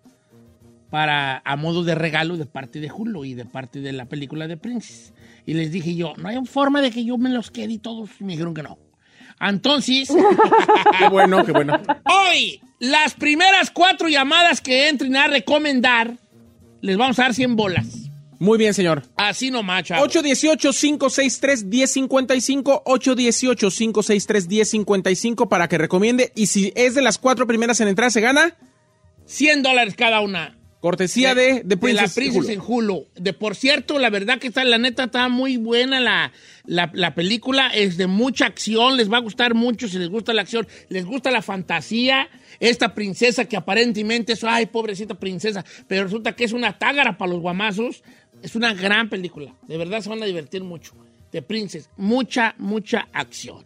[SPEAKER 1] para, a modo de regalo de parte de Julio y de parte de la película de Princess. Y les dije yo, no hay forma de que yo me los quede y todos Y me dijeron que no. Entonces,
[SPEAKER 4] Qué bueno, qué bueno.
[SPEAKER 1] hoy, las primeras cuatro llamadas que entren a recomendar, les vamos a dar 100 bolas.
[SPEAKER 4] Muy bien, señor.
[SPEAKER 1] Así nomás, chavo.
[SPEAKER 4] 818-563-1055, 818-563-1055 para que recomiende. Y si es de las cuatro primeras en entrar, se gana
[SPEAKER 1] 100 dólares cada una.
[SPEAKER 4] cortesía de, de
[SPEAKER 1] la
[SPEAKER 4] Princess.
[SPEAKER 1] Princess en Hulu. De por cierto, la verdad que está, la neta, está muy buena la, la, la película. Es de mucha acción, les va a gustar mucho si les gusta la acción, les gusta la fantasía. Esta princesa que aparentemente es, ay, pobrecita princesa, pero resulta que es una tágara para los guamazos. Es una gran película. De verdad se van a divertir mucho. De Princess, mucha, mucha acción.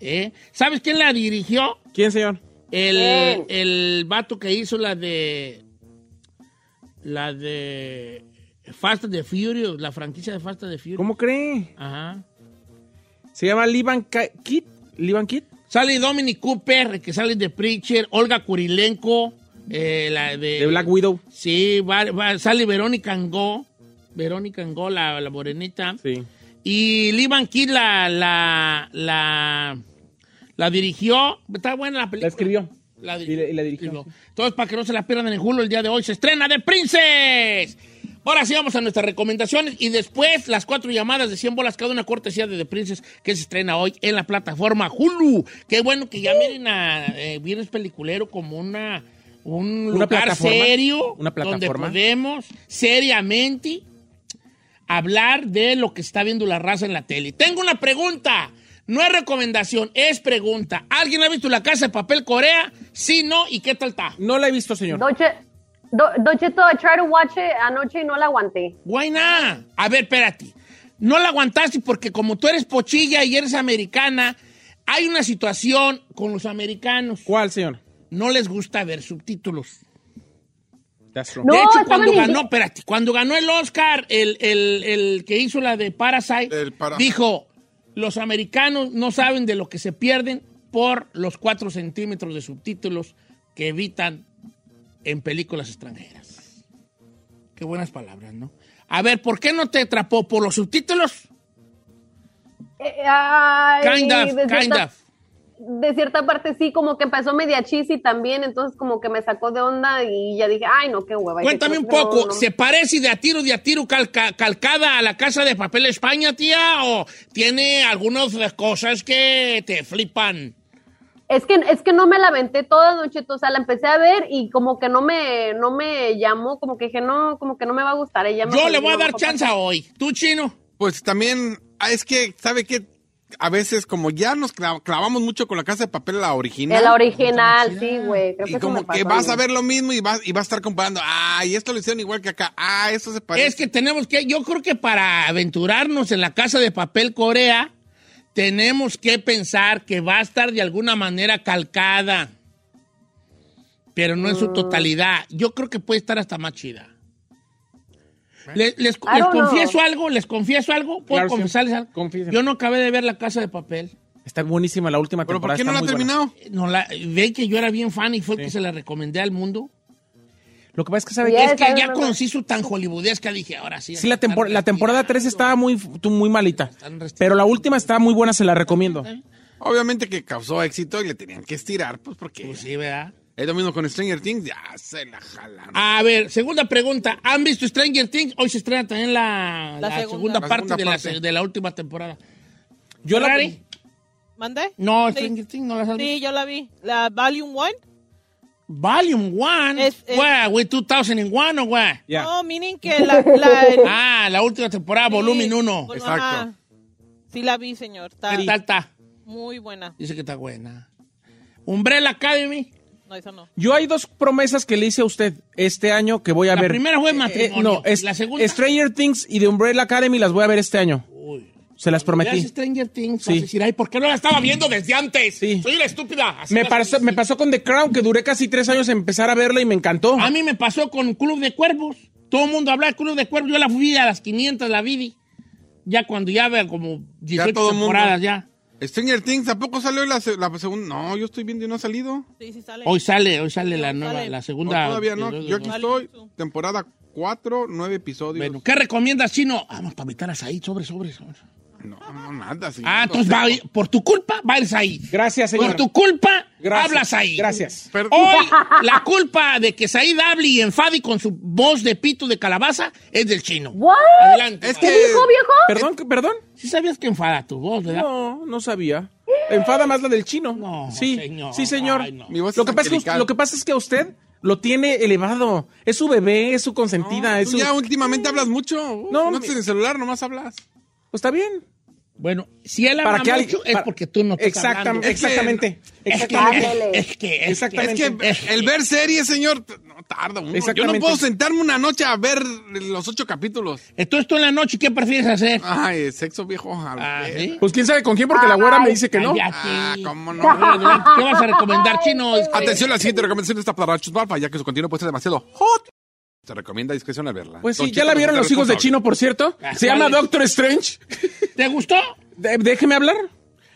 [SPEAKER 1] ¿Eh? ¿Sabes quién la dirigió?
[SPEAKER 4] ¿Quién, señor?
[SPEAKER 1] El, el vato que hizo la de. La de. Fast and the Furious, la franquicia de Fast and the Furious.
[SPEAKER 4] ¿Cómo cree?
[SPEAKER 1] Ajá.
[SPEAKER 4] Se llama Livan Ka- Kit. Livan Kit.
[SPEAKER 1] Sale Dominic Cooper, que sale de Preacher, Olga Kurilenko, eh, la de.
[SPEAKER 4] De Black Widow.
[SPEAKER 1] Sí, va- va- sale Verónica Angó, Verónica Engol, la, la morenita.
[SPEAKER 4] Sí.
[SPEAKER 1] Y Lee Van Kid la, la, la, la dirigió. Está buena la película. La
[SPEAKER 4] escribió.
[SPEAKER 1] La
[SPEAKER 4] Y
[SPEAKER 1] dirigió.
[SPEAKER 4] la, y la dirigió.
[SPEAKER 1] Entonces, para que no se la pierdan en julio, el día de hoy se estrena The Princess. Ahora sí vamos a nuestras recomendaciones y después las cuatro llamadas de 100 bolas cada una cortesía de The Princess que se estrena hoy en la plataforma Hulu. Qué bueno que ya miren a eh, Viernes Peliculero como una un
[SPEAKER 4] Una
[SPEAKER 1] lugar
[SPEAKER 4] plataforma,
[SPEAKER 1] serio
[SPEAKER 4] una plataforma.
[SPEAKER 1] donde podemos seriamente hablar de lo que está viendo la raza en la tele. Tengo una pregunta. No es recomendación, es pregunta. ¿Alguien ha visto la casa de papel Corea? Sí, no, ¿y qué tal está?
[SPEAKER 4] No la he visto, señor.
[SPEAKER 2] Doche, do, Docheto, I tried to watch it anoche y no la aguanté.
[SPEAKER 1] Why not? A ver, espérate. No la aguantaste porque como tú eres pochilla y eres americana, hay una situación con los americanos.
[SPEAKER 4] ¿Cuál, señor?
[SPEAKER 1] No les gusta ver subtítulos.
[SPEAKER 4] That's true.
[SPEAKER 2] No,
[SPEAKER 1] de hecho,
[SPEAKER 2] estaban
[SPEAKER 1] cuando
[SPEAKER 2] en
[SPEAKER 1] ganó,
[SPEAKER 2] inglés.
[SPEAKER 1] espérate, cuando ganó el Oscar, el, el- el que hizo la de Parasite,
[SPEAKER 3] El para-
[SPEAKER 1] dijo, los americanos no saben de lo que se pierden por los cuatro centímetros de subtítulos que evitan en películas extranjeras. Qué buenas palabras, ¿no? A ver, ¿por qué no te atrapó? ¿Por los subtítulos?
[SPEAKER 2] Eh, ay, pues,
[SPEAKER 1] Kind of,
[SPEAKER 2] de
[SPEAKER 1] kind
[SPEAKER 2] cierta-
[SPEAKER 1] of.
[SPEAKER 2] De cierta parte sí, como que empezó media chisi también, entonces como que me sacó de onda y ya dije, ay no, qué hueva.
[SPEAKER 1] Cuéntame
[SPEAKER 2] Dije,
[SPEAKER 1] un
[SPEAKER 2] Pues, no,
[SPEAKER 1] poco,
[SPEAKER 2] no.
[SPEAKER 1] ¿se parece de a tiro, de a tiro calca- calcada a la Casa de Papel España, tía? ¿O tiene algunas cosas que te flipan?
[SPEAKER 2] Es que, es que no me la aventé toda noche, o sea, la empecé a ver y como que no me, no me llamó, como que dije, no, como que no me va a gustar. Ella me
[SPEAKER 1] Yo
[SPEAKER 2] dijo,
[SPEAKER 1] le voy a
[SPEAKER 2] no,
[SPEAKER 1] dar
[SPEAKER 2] papá.
[SPEAKER 1] chance hoy. ¿Tú, chino?
[SPEAKER 3] Pues también, ah, es que, ¿sabe qué? A veces, como ya nos cla- clavamos mucho con la casa de papel, la original.
[SPEAKER 2] El original, sí, güey. creo
[SPEAKER 3] Y
[SPEAKER 2] eso me
[SPEAKER 3] como
[SPEAKER 2] pasó
[SPEAKER 3] que vas
[SPEAKER 2] mí.
[SPEAKER 3] a ver lo mismo y vas, y vas a estar comparando. Ah, y esto lo hicieron igual que acá. Ah, esto se parece.
[SPEAKER 1] Es que tenemos que, yo creo que para aventurarnos en la Casa de Papel Corea, tenemos que pensar que va a estar de alguna manera calcada, pero no en su totalidad. Yo creo que puede estar hasta más chida. Le- Les,
[SPEAKER 2] I
[SPEAKER 1] les
[SPEAKER 2] don't know.
[SPEAKER 1] confieso algo, les confieso algo, puedo
[SPEAKER 4] Claro, sí.
[SPEAKER 1] confesarles algo.
[SPEAKER 4] Confiéseme.
[SPEAKER 1] Yo no acabé de ver la Casa de Papel.
[SPEAKER 4] Está buenísima la última
[SPEAKER 3] Pero
[SPEAKER 4] temporada.
[SPEAKER 3] ¿por qué no la
[SPEAKER 4] está
[SPEAKER 3] ha
[SPEAKER 4] muy buena.
[SPEAKER 3] terminado?
[SPEAKER 1] No la, ve que yo era bien fan y fue el
[SPEAKER 4] Sí.
[SPEAKER 1] que se la recomendé al mundo.
[SPEAKER 4] Lo que pasa es que sabe
[SPEAKER 2] Ya
[SPEAKER 4] que
[SPEAKER 1] Es que
[SPEAKER 2] sabe,
[SPEAKER 1] ya
[SPEAKER 2] mamá.
[SPEAKER 1] conocí su tan hollywoodesca, dije, ahora sí.
[SPEAKER 4] Sí, la, tempor- la temporada 3 estaba muy, tú, muy malita.
[SPEAKER 1] Están restringidos.
[SPEAKER 4] Pero la última está muy buena, se la recomiendo.
[SPEAKER 3] Obviamente que causó éxito y le tenían que estirar, pues porque
[SPEAKER 1] Pues sí, ¿verdad?
[SPEAKER 3] es lo mismo con Stranger Things. Ya se la jalan.
[SPEAKER 1] A ver, segunda pregunta. ¿Han visto Stranger Things? Hoy se estrena también la,
[SPEAKER 9] La
[SPEAKER 1] la segunda,
[SPEAKER 9] segunda.
[SPEAKER 3] La
[SPEAKER 1] parte,
[SPEAKER 3] segunda
[SPEAKER 1] de, la,
[SPEAKER 3] parte.
[SPEAKER 1] se- de la última temporada.
[SPEAKER 4] Yo la,
[SPEAKER 1] ¿Ferrari?
[SPEAKER 9] ¿Mandé?
[SPEAKER 1] No,
[SPEAKER 9] sí,
[SPEAKER 1] Stranger Things no la has
[SPEAKER 9] sí, yo la vi. La Volume 1.
[SPEAKER 1] Volume 1.
[SPEAKER 9] Es- es-
[SPEAKER 1] Güey, güey, 2001 o güey.
[SPEAKER 4] Ya.
[SPEAKER 9] No, meaning que la... la el-
[SPEAKER 1] Ah, la última temporada,
[SPEAKER 9] sí,
[SPEAKER 1] volumen 1.
[SPEAKER 9] bueno,
[SPEAKER 3] Exacto.
[SPEAKER 9] ajá. Sí la vi, señor. Está
[SPEAKER 1] Está, está.
[SPEAKER 9] muy buena.
[SPEAKER 1] Dice que está buena. Umbrella Academy.
[SPEAKER 9] No, esa no.
[SPEAKER 4] Yo hay dos promesas que le hice a usted este año que voy a
[SPEAKER 1] La
[SPEAKER 4] ver.
[SPEAKER 1] primera fue
[SPEAKER 4] Eh, eh,
[SPEAKER 1] matrimonio.
[SPEAKER 4] no, es,
[SPEAKER 1] La segunda-
[SPEAKER 4] Stranger Things y The Umbrella Academy las voy a ver este año.
[SPEAKER 1] Uy.
[SPEAKER 4] Se las
[SPEAKER 1] Veas
[SPEAKER 4] prometí.
[SPEAKER 1] Stranger Things.
[SPEAKER 4] Sí.
[SPEAKER 1] vas a decir, ay, ¿por qué no la estaba viendo desde antes?
[SPEAKER 4] Sí.
[SPEAKER 1] Soy la estúpida. Así
[SPEAKER 4] Me
[SPEAKER 1] vas a
[SPEAKER 4] pasó,
[SPEAKER 1] decir.
[SPEAKER 4] me pasó con The Crown, que duré casi tres años en empezar a verla y me encantó.
[SPEAKER 1] A mí me pasó con Club de Cuervos. Todo el mundo hablaba de Club de Cuervos. Yo la fui a las 500, la vi. Ya cuando ya vea como 18
[SPEAKER 3] todo mundo.
[SPEAKER 1] temporadas ya.
[SPEAKER 3] Stranger Things, ¿tampoco salió la, se- la segunda? No, yo estoy viendo y no ha salido.
[SPEAKER 9] Sí, sí sale.
[SPEAKER 1] Hoy sale, hoy sale
[SPEAKER 9] No,
[SPEAKER 1] la
[SPEAKER 9] sale.
[SPEAKER 1] nueva, la
[SPEAKER 3] No,
[SPEAKER 1] segunda.
[SPEAKER 3] todavía no. Yo aquí
[SPEAKER 9] Vale,
[SPEAKER 3] estoy,
[SPEAKER 9] mucho.
[SPEAKER 3] temporada 4, 9 episodios.
[SPEAKER 1] Bueno, ¿qué recomiendas, Chino? Ah, Vamos, para meterlas ahí, sobre, sobre, sobre.
[SPEAKER 3] No, no, nada. sí.
[SPEAKER 1] Ah, entonces va, por tu culpa, va a ahí.
[SPEAKER 4] Gracias, señor.
[SPEAKER 1] Por tu culpa,
[SPEAKER 4] Gracias,
[SPEAKER 1] hablas ahí.
[SPEAKER 4] Gracias.
[SPEAKER 3] Perdón.
[SPEAKER 1] Hoy, la culpa de que Said hable y enfade con su voz de pito de calabaza es del chino.
[SPEAKER 2] ¿What?
[SPEAKER 1] Adelante.
[SPEAKER 3] Es
[SPEAKER 2] ¿Qué
[SPEAKER 3] que-
[SPEAKER 2] dijo, viejo?
[SPEAKER 4] Perdón, que- perdón.
[SPEAKER 1] Sí sabías que enfada tu voz, ¿verdad?
[SPEAKER 4] No, no sabía. Enfada más la del chino.
[SPEAKER 1] No,
[SPEAKER 4] sí,
[SPEAKER 1] señor.
[SPEAKER 4] sí, señor.
[SPEAKER 1] Ay, no.
[SPEAKER 3] Mi voz
[SPEAKER 4] Lo
[SPEAKER 3] es
[SPEAKER 4] que, pasa es que,
[SPEAKER 3] angelical.
[SPEAKER 4] lo que pasa es que usted lo tiene elevado. Es su bebé, es su consentida. es
[SPEAKER 3] Tú
[SPEAKER 1] pues
[SPEAKER 4] su-
[SPEAKER 3] ya últimamente hablas mucho. Uh,
[SPEAKER 4] No,
[SPEAKER 3] no, no
[SPEAKER 4] mi-
[SPEAKER 3] en el celular, nomás hablas.
[SPEAKER 4] Pues está bien.
[SPEAKER 1] Bueno, si él
[SPEAKER 4] Para
[SPEAKER 1] habla
[SPEAKER 4] que alguien-
[SPEAKER 1] mucho es
[SPEAKER 4] para-
[SPEAKER 1] porque tú no estás
[SPEAKER 4] Exactam-
[SPEAKER 1] hablando.
[SPEAKER 4] Exactamente.
[SPEAKER 1] Es que,
[SPEAKER 4] Exactamente.
[SPEAKER 1] es, es que, es
[SPEAKER 3] Es
[SPEAKER 4] Exactamente.
[SPEAKER 3] que
[SPEAKER 1] Es que-
[SPEAKER 3] el ver series, señor, t- no tarda uno. Yo no
[SPEAKER 4] Exactamente.
[SPEAKER 3] puedo sentarme una noche a ver los ocho capítulos.
[SPEAKER 1] que- Entonces tú en la noche, ¿qué prefieres hacer?
[SPEAKER 3] Ay, sexo viejo. a lo
[SPEAKER 1] Ah,
[SPEAKER 3] que-
[SPEAKER 1] ¿sí?
[SPEAKER 4] Pues quién sabe con quién, porque la güera me dice que no.
[SPEAKER 1] Cállate.
[SPEAKER 3] Ah, cómo no.
[SPEAKER 1] ¿Qué vas a recomendar, chino?
[SPEAKER 3] Atención, la siguiente recomendación está para Chus Malfa, ya que su contenido puede ser demasiado hot. Se recomienda discreción al verla.
[SPEAKER 4] Pues
[SPEAKER 3] Don
[SPEAKER 4] sí, ya
[SPEAKER 3] Cheto
[SPEAKER 4] la vieron
[SPEAKER 3] resulta
[SPEAKER 4] los hijos de
[SPEAKER 3] responsable.
[SPEAKER 4] Chino, por cierto.
[SPEAKER 1] Ah,
[SPEAKER 4] Se
[SPEAKER 1] ¿cuál
[SPEAKER 4] llama
[SPEAKER 1] es?
[SPEAKER 4] Doctor Strange.
[SPEAKER 1] ¿Te gustó?
[SPEAKER 4] De- déjeme hablar.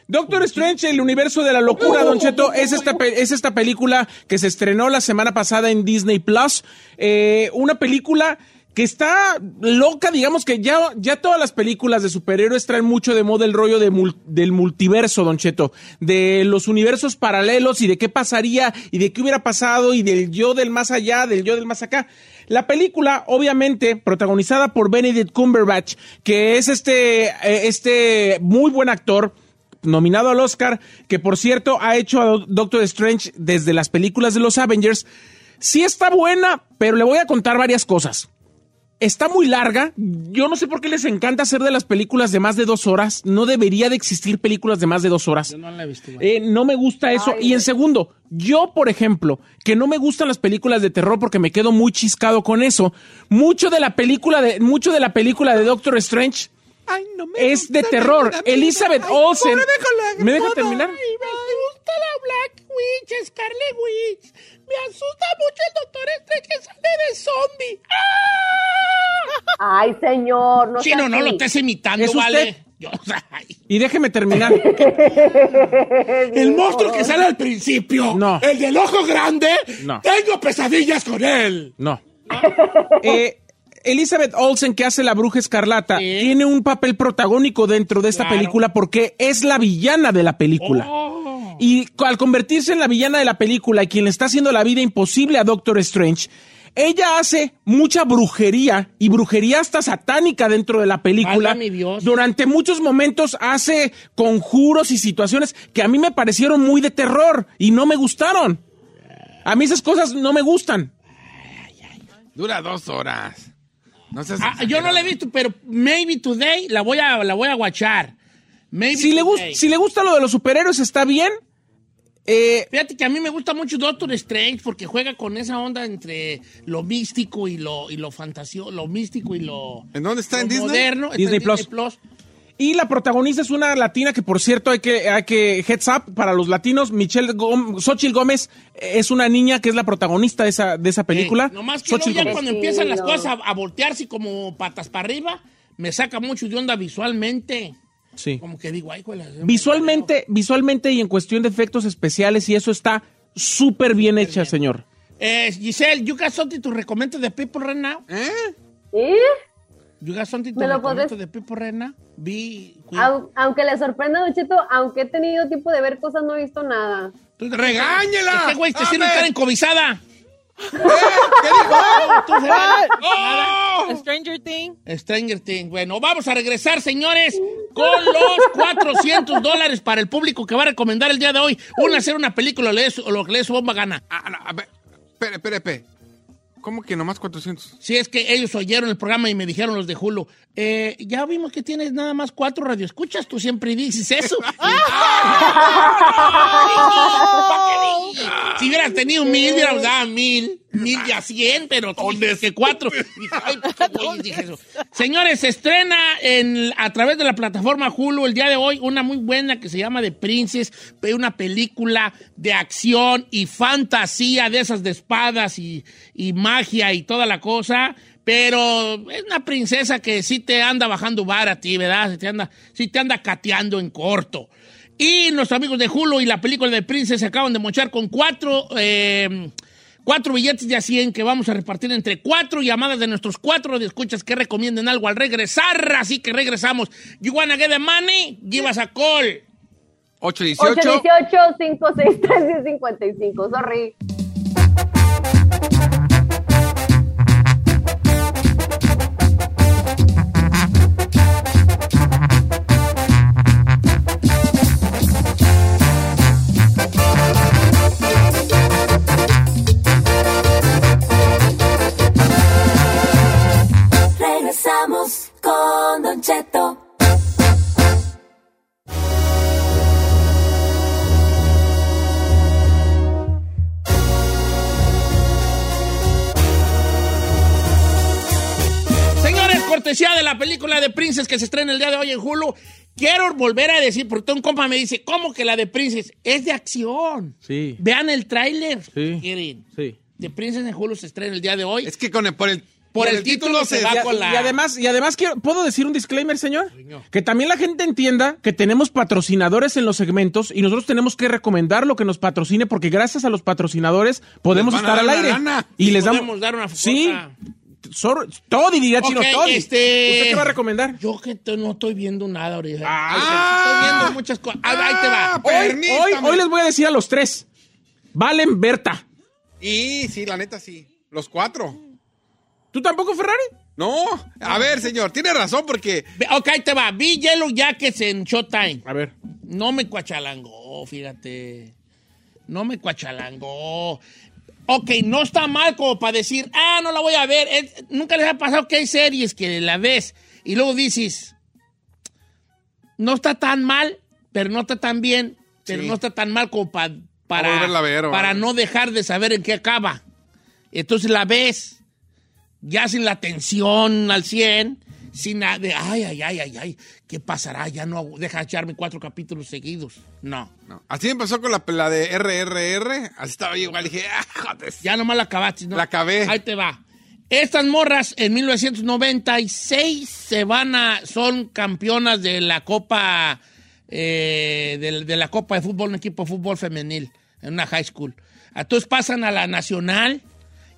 [SPEAKER 4] Doctor Strange, el universo de la locura, Don Cheto, es esta, pe- es esta película que se estrenó la semana pasada en Disney Plus. Eh, una película que está loca, digamos que ya, ya todas las películas de superhéroes traen mucho de moda el rollo de mul- del multiverso, Don Cheto, de los universos paralelos y de qué pasaría y de qué hubiera pasado y del yo del más allá, del yo del más acá. La película, obviamente, protagonizada por Benedict Cumberbatch, que es este, eh, este muy buen actor, nominado al Oscar, que por cierto ha hecho a Do- Doctor Strange desde las películas de los Avengers. Sí está buena, pero le voy a contar varias cosas. Está muy larga. Yo no sé por qué les encanta hacer de las películas de más de dos horas. No debería de existir películas de más de dos horas.
[SPEAKER 1] No la he visto.
[SPEAKER 4] Eh, no me gusta eso. y en segundo, yo, por ejemplo, que no me gustan las películas de terror porque me quedo muy chiscado con eso. Mucho de la película de, mucho de la película de Doctor Strange es de terror. Elizabeth Olsen. ¿Me deja terminar?
[SPEAKER 1] Me gusta la Black Witch, Scarlet Witch. Me asusta mucho el Doctor Strange que sale de zombie.
[SPEAKER 2] Ay, señor. No
[SPEAKER 1] Chino,
[SPEAKER 2] sea
[SPEAKER 1] no lo
[SPEAKER 2] así.
[SPEAKER 1] estés imitando,
[SPEAKER 4] ¿Es usted?
[SPEAKER 1] vale. Yo, o sea,
[SPEAKER 4] Y déjeme terminar.
[SPEAKER 2] Mm,
[SPEAKER 1] el monstruo que sale al principio.
[SPEAKER 4] No.
[SPEAKER 1] El del ojo grande.
[SPEAKER 4] No.
[SPEAKER 1] Tengo pesadillas con él.
[SPEAKER 4] No. Eh, Elizabeth Olsen, que hace la bruja escarlata, tiene un papel protagónico dentro de esta
[SPEAKER 1] Claro. Oh.
[SPEAKER 4] película porque es la villana de la película. Y co- al convertirse en la villana de la película y quien le está haciendo la vida imposible a Doctor Strange, ella hace mucha brujería y brujería hasta satánica dentro de la película.
[SPEAKER 1] Válgame Dios.
[SPEAKER 4] Durante muchos momentos hace conjuros y situaciones que a mí me parecieron muy de terror y no me gustaron. A mí esas cosas no me gustan.
[SPEAKER 3] Dura dos horas. No seas
[SPEAKER 1] Ah, yo no la he visto, pero maybe today la voy a, la voy a guachar. Maybe
[SPEAKER 4] si le, gusta,
[SPEAKER 1] today.
[SPEAKER 4] si le gusta lo de los superhéroes, está bien. Eh,
[SPEAKER 1] Fíjate que a mí me gusta mucho Doctor Strange porque juega con esa onda entre lo místico y lo, y lo fantasio, lo místico y lo,
[SPEAKER 3] ¿En dónde está?
[SPEAKER 1] lo
[SPEAKER 3] ¿En Disney?
[SPEAKER 1] moderno. Está en
[SPEAKER 4] Disney Plus. y la protagonista es una latina que, por cierto, hay que, hay que heads up para los latinos. Michelle Gom- Xochitl Gómez eh, es una niña que es la protagonista de esa, de esa película.
[SPEAKER 1] Eh, nomás que
[SPEAKER 4] Xochitl
[SPEAKER 1] luego ya
[SPEAKER 4] Gómez.
[SPEAKER 1] cuando
[SPEAKER 2] Sí,
[SPEAKER 1] empiezan las
[SPEAKER 2] no.
[SPEAKER 1] cosas a, a voltearse como patas para arriba, me saca mucho de onda visualmente.
[SPEAKER 4] Sí.
[SPEAKER 1] Como que digo, ay, juela,
[SPEAKER 4] Visualmente, visualmente y en cuestión de efectos especiales, y eso está súper bien hecha, señor.
[SPEAKER 1] Eh, Giselle, you got something to recommend to the people right now?
[SPEAKER 2] ¿Eh?
[SPEAKER 1] You got something to
[SPEAKER 2] ¿Me lo
[SPEAKER 1] recommend
[SPEAKER 2] podés-
[SPEAKER 1] to the people right now? Be quick.
[SPEAKER 2] Au- aunque le sorprenda, Don Cheto, aunque he tenido tiempo de ver cosas, no he visto nada.
[SPEAKER 1] Tú-
[SPEAKER 3] ¡Regáñela!
[SPEAKER 1] Este güey te
[SPEAKER 3] ¡Hombre!
[SPEAKER 1] sirve estar encobizada.
[SPEAKER 3] ¿Qué dijo? ¡Oh!
[SPEAKER 1] Tú, Ferrari. Nada.
[SPEAKER 9] Stranger Thing.
[SPEAKER 1] Stranger Things. Bueno, vamos a regresar, señores, con los 400 dólares para el público que va a recomendar el día de hoy. Una hacer una película o le es- o lo que le es su bomba gana.
[SPEAKER 3] Ah, no, a ver, espere, espere, espere. ¿Cómo que nomás 400?
[SPEAKER 1] Si es que ellos oyeron el programa y me dijeron los de Hulu, eh, ya vimos que tienes nada más cuatro radioescuchas, tú siempre dices eso. ¡Ah! ¿Para qué dije? Si hubieras tenido mil, hubieras dado mil, mil y a cien, pero tú dijiste que cuatro. Dije, ay, pues, qué güey, dije eso. Señores, se estrena en, a través de la plataforma Hulu el día de hoy una muy buena que se llama The Princess, pe- una película de acción y fantasía de esas de espadas y, y magia y toda la cosa. Pero es una princesa que sí te anda bajando bar a ti, ¿verdad? Sí te anda, sí te anda cateando en corto. Y nuestros amigos de Hulu y la película de Princess se acaban de mochar con cuatro, eh, cuatro billetes de a 100 que vamos a repartir entre cuatro llamadas de nuestros cuatro de escuchas que recomienden algo al regresar. Así que regresamos. You wanna get the money? Give us a call.
[SPEAKER 3] 818.
[SPEAKER 2] 818 563 1055 sorry.
[SPEAKER 6] Regresamos con Don Cheto.
[SPEAKER 1] Señores, cortesía de la película de Princess que se estrena el día de hoy en Hulu. Quiero volver a decir, porque un compa me dice, ¿cómo que la de Princess? Es de acción.
[SPEAKER 4] Sí,
[SPEAKER 1] Vean el tráiler.
[SPEAKER 4] Sí.
[SPEAKER 1] Quieren.
[SPEAKER 4] sí.
[SPEAKER 1] De Princess en Hulu se estrena el día de hoy.
[SPEAKER 3] Es que con el, por el,
[SPEAKER 1] Por el título se va
[SPEAKER 4] Y, a-
[SPEAKER 1] con la-
[SPEAKER 4] y además, y además quiero- ¿puedo decir un disclaimer, señor? Que también la gente entienda que tenemos patrocinadores en los segmentos y nosotros tenemos que recomendar lo que nos patrocine porque gracias a los patrocinadores podemos
[SPEAKER 3] Les van a
[SPEAKER 4] estar al
[SPEAKER 3] dar una
[SPEAKER 4] aire.
[SPEAKER 3] lana.
[SPEAKER 4] Y les
[SPEAKER 1] Podemos
[SPEAKER 4] damos...
[SPEAKER 1] dar una
[SPEAKER 4] Sí.
[SPEAKER 1] cosa.
[SPEAKER 4] Zorro, todo diría chino,
[SPEAKER 1] Ok,
[SPEAKER 4] todo.
[SPEAKER 1] este-
[SPEAKER 4] ¿Usted qué va a recomendar?
[SPEAKER 1] Yo que te- no estoy viendo nada ahorita. estoy
[SPEAKER 4] Ah. pues.
[SPEAKER 1] viendo muchas cosas. Ah, ahí te va.
[SPEAKER 4] Hoy, hoy, hoy les voy a decir a los tres. Valen Berta.
[SPEAKER 3] Y sí, la neta sí. Los cuatro.
[SPEAKER 4] ¿Tú tampoco, Ferrari?
[SPEAKER 3] No. A ver, señor, tiene razón porque.
[SPEAKER 1] Ve- Ok, ahí te va. Vi Yellow Jackets en Showtime.
[SPEAKER 4] A ver.
[SPEAKER 1] No me cuachalangó, fíjate. No me cuachalangó. Ok, no está mal como para decir, ah, no la voy a ver. Es- Nunca les ha pasado que hay series que la ves y luego dices, no está tan mal, pero no está tan bien, pero
[SPEAKER 3] Sí.
[SPEAKER 1] no está tan mal como pa-
[SPEAKER 3] Para
[SPEAKER 1] para,
[SPEAKER 3] volverla a ver, o-
[SPEAKER 1] para no dejar de saber en qué acaba. Entonces la ves ya sin la tensión al 100, sin nada de, ay, ay, ay, ay, ay, ¿qué pasará? Ya no hago- deja echarme cuatro capítulos seguidos. No.
[SPEAKER 3] No. Así empezó con la, la de RRR. Así estaba yo igual. Dije, ah, joder.
[SPEAKER 1] pues, Ya nomás la acabaste, ¿no?
[SPEAKER 3] La acabé.
[SPEAKER 1] Ahí te va. Estas morras en 1996 se van a, son campeonas de la Copa, eh, de, de la Copa de Fútbol, un equipo de fútbol femenil, en una high school. Entonces pasan a la Nacional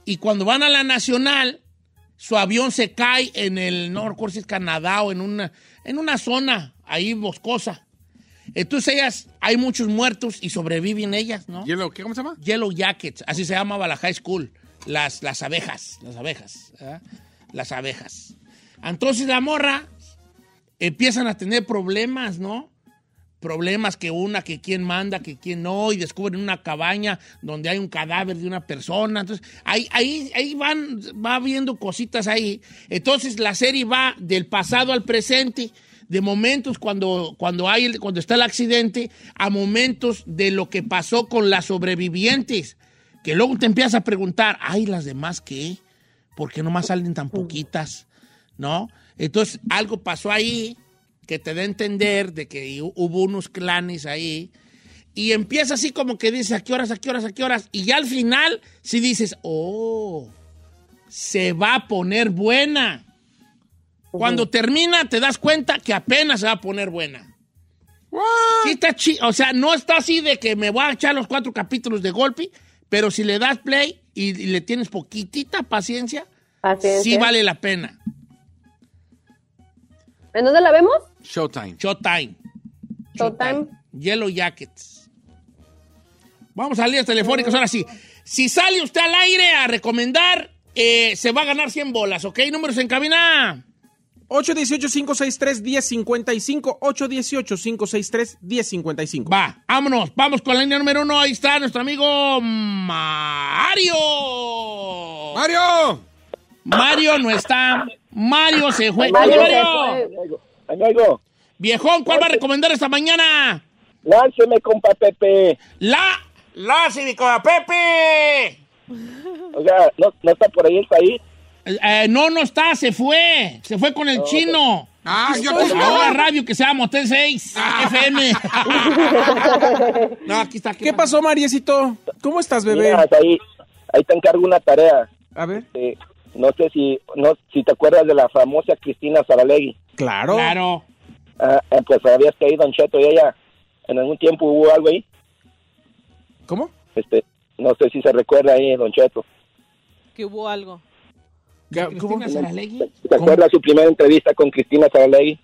[SPEAKER 1] y cuando van a la Nacional, su avión se cae en el, no recuerdo si es Canadá o en una, en una zona ahí boscosa. Entonces ellas, hay muchos muertos y sobreviven ellas, ¿no?
[SPEAKER 3] Yellow, ¿qué- ¿Cómo se llama?
[SPEAKER 1] Yellow Jackets, así se llamaba la high school. Las, las abejas, las abejas, ¿verdad? las abejas. Entonces la morra empiezan a tener problemas, ¿no? Problemas que una, que quién manda, que quién no, y descubren una cabaña donde hay un cadáver de una persona. Entonces, ahí, ahí, ahí van, va viendo cositas ahí. Entonces la serie va del pasado al presente, de momentos cuando, cuando, hay, el- cuando está el accidente, a momentos de lo que pasó con las sobrevivientes. Que luego te empiezas a preguntar, ay, las demás qué? ¿Por qué nomás salen tan poquitas? ¿No? Entonces, algo pasó ahí que te da a entender de que hu- hubo unos clanes ahí. Y empieza así como que dices, ¿a qué horas, a qué horas, a qué horas? Y ya al final, si dices, oh, se va a poner buena. Cuando termina, te das cuenta que apenas se va a poner buena. Sí está chi- o sea, no está así de que me voy a echar los cuatro capítulos de golpe, pero si le das play y, y le tienes poquitita paciencia,
[SPEAKER 2] Paciencia.
[SPEAKER 1] sí vale la pena.
[SPEAKER 2] ¿En dónde la vemos?
[SPEAKER 3] Showtime.
[SPEAKER 1] Showtime.
[SPEAKER 2] Showtime.
[SPEAKER 1] Yellow Jackets. Vamos a líneas telefónicas, ahora sí. Si sale usted al aire a recomendar, eh, se va a ganar 100 bolas, ¿ok? Números en cabina.
[SPEAKER 4] 818-563-1055. 818-563-1055.
[SPEAKER 1] Va, vámonos, vamos con la línea número uno. Ahí está nuestro amigo Mario.
[SPEAKER 3] ¡Mario!
[SPEAKER 1] Mario no está. Mario se fue.
[SPEAKER 2] Mario se
[SPEAKER 1] Mario. Viejón, ¿cuál va a recomendar esta mañana?
[SPEAKER 10] Lánceme, compa Pepe.
[SPEAKER 1] La. La Siricoa Pepe.
[SPEAKER 10] O sea, ¿no, no está por ahí el país?
[SPEAKER 1] Eh, no, no está, se fue. Se fue con el chino.
[SPEAKER 3] Ah, yo
[SPEAKER 1] Pues
[SPEAKER 3] aquí
[SPEAKER 1] ahora
[SPEAKER 3] estoy.
[SPEAKER 1] radio que se llama Motel 6
[SPEAKER 4] Ah.
[SPEAKER 1] FM. no, aquí está. aquí
[SPEAKER 4] ¿Qué
[SPEAKER 1] está.
[SPEAKER 4] pasó, Mariecito? ¿Cómo estás, bebé?
[SPEAKER 10] Mira, ahí, ahí te encargo una tarea.
[SPEAKER 4] A ver.
[SPEAKER 10] Eh, no sé si, no, si te acuerdas de la famosa Cristina Saralegui.
[SPEAKER 4] Claro.
[SPEAKER 1] Claro.
[SPEAKER 10] Ah, ah, pues habías caído Don Cheto y ella. En algún tiempo hubo algo ahí.
[SPEAKER 4] ¿Cómo?
[SPEAKER 10] Este, no sé si se recuerda ahí, Don Cheto.
[SPEAKER 9] Que hubo algo.
[SPEAKER 4] ¿Qué- cómo?
[SPEAKER 1] Cristina Saralegui.
[SPEAKER 10] ¿Te acuerdas su primera entrevista con Cristina Saralegui?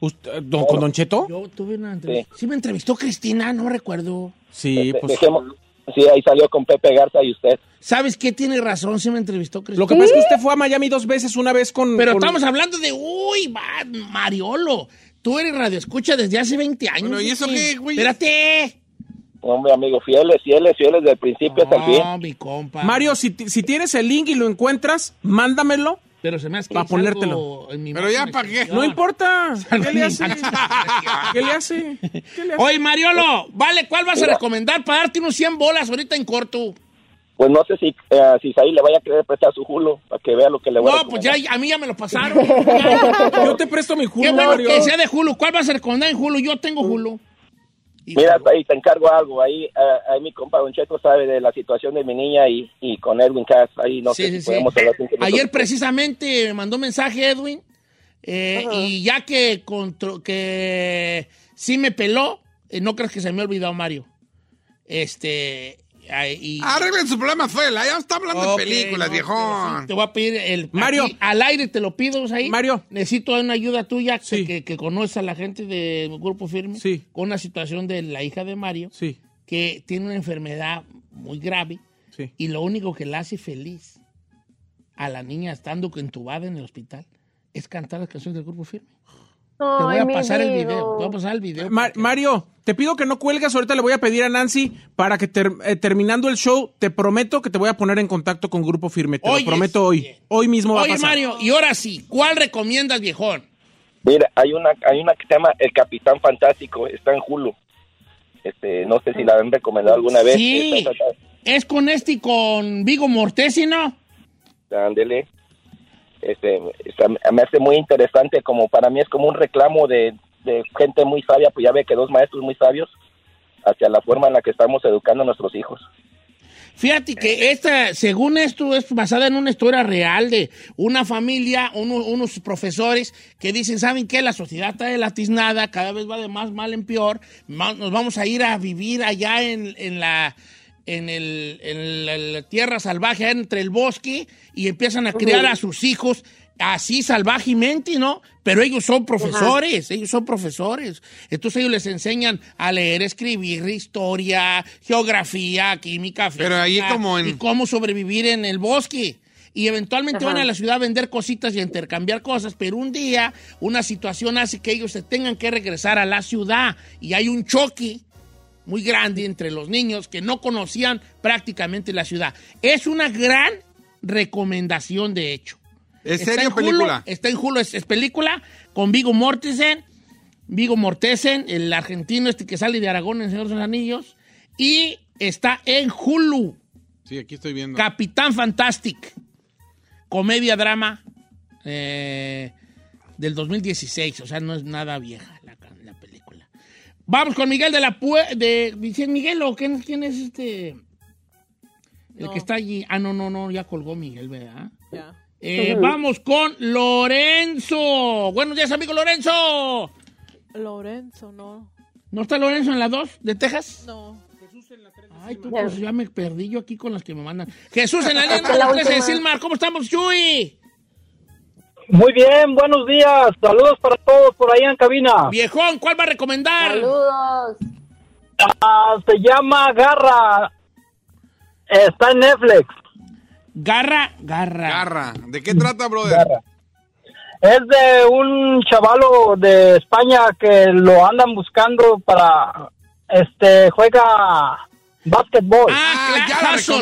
[SPEAKER 4] ¿Usted- eh, don, ¿Con Don Cheto?
[SPEAKER 1] Yo tuve una entrevista. Sí. me entrevistó Cristina, no recuerdo.
[SPEAKER 4] Sí,
[SPEAKER 10] Este,
[SPEAKER 4] pues.
[SPEAKER 10] dejemos- sí, ahí salió con Pepe Garza y usted.
[SPEAKER 1] ¿Sabes qué? Tiene razón, sí me entrevistó
[SPEAKER 4] Lo
[SPEAKER 1] Cristina.
[SPEAKER 4] que pasa es que usted fue a Miami dos veces, una vez con.
[SPEAKER 1] Pero
[SPEAKER 4] con-
[SPEAKER 1] estamos hablando de, uy, va, Mariolo. Tú eres radioescucha desde hace 20 años.
[SPEAKER 3] Bueno, ¿y eso
[SPEAKER 1] Vicky.
[SPEAKER 3] qué, güey?
[SPEAKER 1] Espérate.
[SPEAKER 10] Hombre, amigo, fieles, fieles, fieles del principio hasta el fin.
[SPEAKER 1] No, mi compa.
[SPEAKER 4] Mario, si, ti- si tienes el link y lo encuentras, mándamelo.
[SPEAKER 1] Pero se me hace que
[SPEAKER 4] Pa'
[SPEAKER 1] es
[SPEAKER 4] ponértelo.
[SPEAKER 1] algo en mi
[SPEAKER 3] Pero ya,
[SPEAKER 1] máxima
[SPEAKER 3] ¿pa' qué?
[SPEAKER 1] expresión.
[SPEAKER 4] No importa. ¿Qué le hace? ¿Qué le hace? ¿Qué le hace?
[SPEAKER 1] Oye, Mariolo, vale, ¿cuál vas a
[SPEAKER 10] Mira.
[SPEAKER 1] recomendar para darte unos 100 bolas ahorita en corto?
[SPEAKER 10] Pues no sé si, eh, si Saí le vaya a querer prestar su julo para que vea lo que le voy a
[SPEAKER 1] No, pues ya,
[SPEAKER 10] recomendar.
[SPEAKER 1] a mí ya me lo pasaron. Ya.
[SPEAKER 4] Yo te presto mi
[SPEAKER 1] Qué
[SPEAKER 4] Julio,
[SPEAKER 1] bueno
[SPEAKER 4] Mario.
[SPEAKER 1] que sea de Hulu. ¿Cuál vas a recomendar en Hulu? Yo tengo Hulu. Y-
[SPEAKER 10] Mira, ahí te encargo algo. Ahí, eh, ahí mi compa Don Cheto sabe de la situación de mi niña y, y con Edwin Cass. Ahí no
[SPEAKER 1] Sí,
[SPEAKER 10] sé
[SPEAKER 1] sí,
[SPEAKER 10] si
[SPEAKER 1] sí.
[SPEAKER 10] podemos hablar cinco minutos.
[SPEAKER 1] Ayer precisamente me mandó mensaje Edwin eh, y ya que, contro- que sí me peló, eh, no creas que se me ha olvidado Mario. Este,
[SPEAKER 3] Arreglen su problema, Fela. Ya está hablando
[SPEAKER 1] Ok,
[SPEAKER 3] de películas,
[SPEAKER 1] no, pero sí,
[SPEAKER 3] viejón.
[SPEAKER 1] te voy a pedir el.
[SPEAKER 3] Mario.
[SPEAKER 1] aquí, al aire te lo pido, ahí.
[SPEAKER 4] Mario.
[SPEAKER 1] Necesito una ayuda tuya que- que, que conoces a la gente de Grupo Firme. Con la situación de la hija de Mario. Que tiene una enfermedad muy grave. Y lo único que la hace feliz a la niña estando entubada en el hospital es cantar las canciones del Grupo Firme. Te voy a pasar el video. Te voy a pasar el video.
[SPEAKER 4] Ma- Eh, Mario, te pido que no cuelgas. Ahorita le voy a pedir a Nancy para que ter- eh, terminando el show, te prometo que te voy a poner en contacto con Grupo Firme. Te
[SPEAKER 1] Oye,
[SPEAKER 4] lo prometo hoy. Hoy mismo va a
[SPEAKER 1] Oye,
[SPEAKER 4] pasar.
[SPEAKER 1] Mario, y ahora sí, ¿cuál recomiendas, viejón?
[SPEAKER 10] Mira, hay una, hay una que se llama El Capitán Fantástico, está en Hulu. Este, no sé si la han recomendado alguna vez.
[SPEAKER 1] Sí.
[SPEAKER 10] Está- está- está-
[SPEAKER 1] Es con este y con Vigo Mortesi, ¿no?
[SPEAKER 10] ándele. Este, está- me hace muy interesante, como para mí es como un reclamo de, de gente muy sabia, pues ya ve que dos maestros muy sabios hacia la forma en la que estamos educando a nuestros hijos.
[SPEAKER 1] Fíjate que esta, según esto, es basada en una historia real de una familia, uno- unos profesores que dicen, ¿saben qué? La sociedad está de latiznada, cada vez va de más mal en peor, ma- nos vamos a ir a vivir allá en, en la... En, el, en la, la tierra salvaje, entre el bosque, y empiezan a criar a sus hijos así salvajemente, ¿no? Pero ellos son profesores, ellos son profesores. Entonces ellos les enseñan a leer, escribir, historia, geografía, química,
[SPEAKER 3] Pero ahí
[SPEAKER 1] física,
[SPEAKER 3] como en-
[SPEAKER 1] Ah, y cómo sobrevivir en el bosque. Y eventualmente
[SPEAKER 3] Ajá.
[SPEAKER 1] van a la ciudad a vender cositas y a intercambiar cosas, pero un día una situación hace que ellos se tengan que regresar a la ciudad y hay un choque muy grande entre los niños que no conocían prácticamente la ciudad. Es una gran recomendación, de hecho.
[SPEAKER 3] ¿Es
[SPEAKER 1] Está
[SPEAKER 3] serie
[SPEAKER 1] en
[SPEAKER 3] o película?
[SPEAKER 1] Hulu, está en Hulu, es, es película con Vigo Mortensen, Vigo Mortensen, el argentino este que sale de Aragón en Señor de los Anillos, y está en Hulu,
[SPEAKER 3] Sí, aquí estoy viendo.
[SPEAKER 1] Capitán Fantastic, comedia drama eh, del 2016, o sea, no es nada vieja la, ca- la película. Vamos con Miguel de la Pue de Vicente Miguel o quién, quién es este el que está allí. Ah, no, no, no, ya colgó Miguel, ¿verdad? Eh,
[SPEAKER 9] Ujú.
[SPEAKER 1] Vamos con Lorenzo. Buenos días, amigo Lorenzo.
[SPEAKER 9] Lorenzo, no.
[SPEAKER 1] ¿No está Lorenzo en la 2 de Texas?
[SPEAKER 9] No.
[SPEAKER 1] Ay, tú, pues, ya me perdí yo aquí con las que me mandan. Jesús en la línea
[SPEAKER 11] La
[SPEAKER 1] número 13 de
[SPEAKER 11] última.
[SPEAKER 1] Silmar. ¿Cómo estamos, Chuy?
[SPEAKER 11] Muy bien, buenos días. Saludos para todos por ahí en cabina.
[SPEAKER 1] Viejón, ¿cuál va a recomendar?
[SPEAKER 2] Saludos.
[SPEAKER 11] Ah, se llama Garra. Está en Netflix.
[SPEAKER 1] Garra, garra.
[SPEAKER 3] Garra. ¿De qué trata, brother?
[SPEAKER 11] Es de un chavalo de España que lo andan buscando para. Este, juega básquetbol.
[SPEAKER 1] Ah,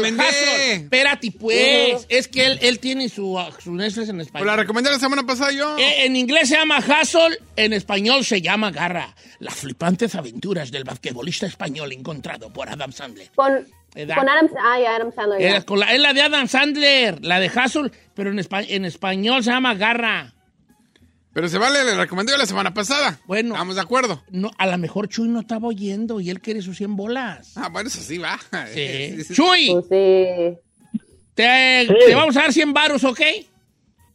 [SPEAKER 1] ya Espérate, pues. Es que él, él tiene su, su Netflix en
[SPEAKER 3] Pues
[SPEAKER 1] español.
[SPEAKER 3] la recomendé la semana pasada yo.
[SPEAKER 1] Eh, en inglés se llama Hustle, en español se llama Garra. Las flipantes aventuras del basquetbolista español encontrado por Adam Sandler.
[SPEAKER 2] Con,
[SPEAKER 1] Edad.
[SPEAKER 2] con Adam, ay, Adam Sandler. ya.
[SPEAKER 1] Es, con la, es la de Adam Sandler, la de Hustle, pero en, espa- en español se llama Garra.
[SPEAKER 3] Pero se vale, le recomendé yo la semana pasada.
[SPEAKER 1] Bueno.
[SPEAKER 3] Estamos de acuerdo.
[SPEAKER 1] No, a lo mejor Chuy no estaba oyendo y él quiere sus 100 bolas.
[SPEAKER 3] Ah, bueno, eso sí va.
[SPEAKER 1] Sí. Pues,
[SPEAKER 3] Sí.
[SPEAKER 1] Chuy.
[SPEAKER 2] Pues
[SPEAKER 1] Te,
[SPEAKER 11] Sí.
[SPEAKER 1] te vamos a dar 100 varos, ¿ok?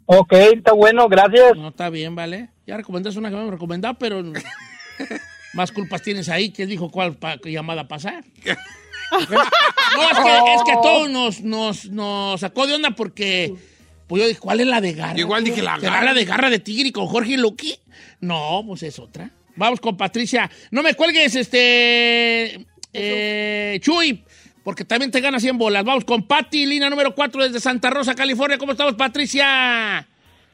[SPEAKER 11] Ok, está bueno, gracias.
[SPEAKER 1] No está bien, ¿vale? Ya recomendaste una que me recomendado, pero más culpas tienes ahí que él dijo cuál pa- llamada pasar. No, es que, es que
[SPEAKER 3] Oh.
[SPEAKER 1] todo nos, nos, nos sacó de onda porque pues yo dije, ¿cuál es la de garra?
[SPEAKER 3] Igual dije, la
[SPEAKER 1] ¿Será
[SPEAKER 3] garra.
[SPEAKER 1] la de garra de tigre con Jorge Luqui? No, pues es otra. Vamos con Patricia. No me cuelgues, este. eh, Chuy, porque también te gana 100 bolas. Vamos con Pati, línea número 4 desde Santa Rosa, California. ¿Cómo estamos, Patricia?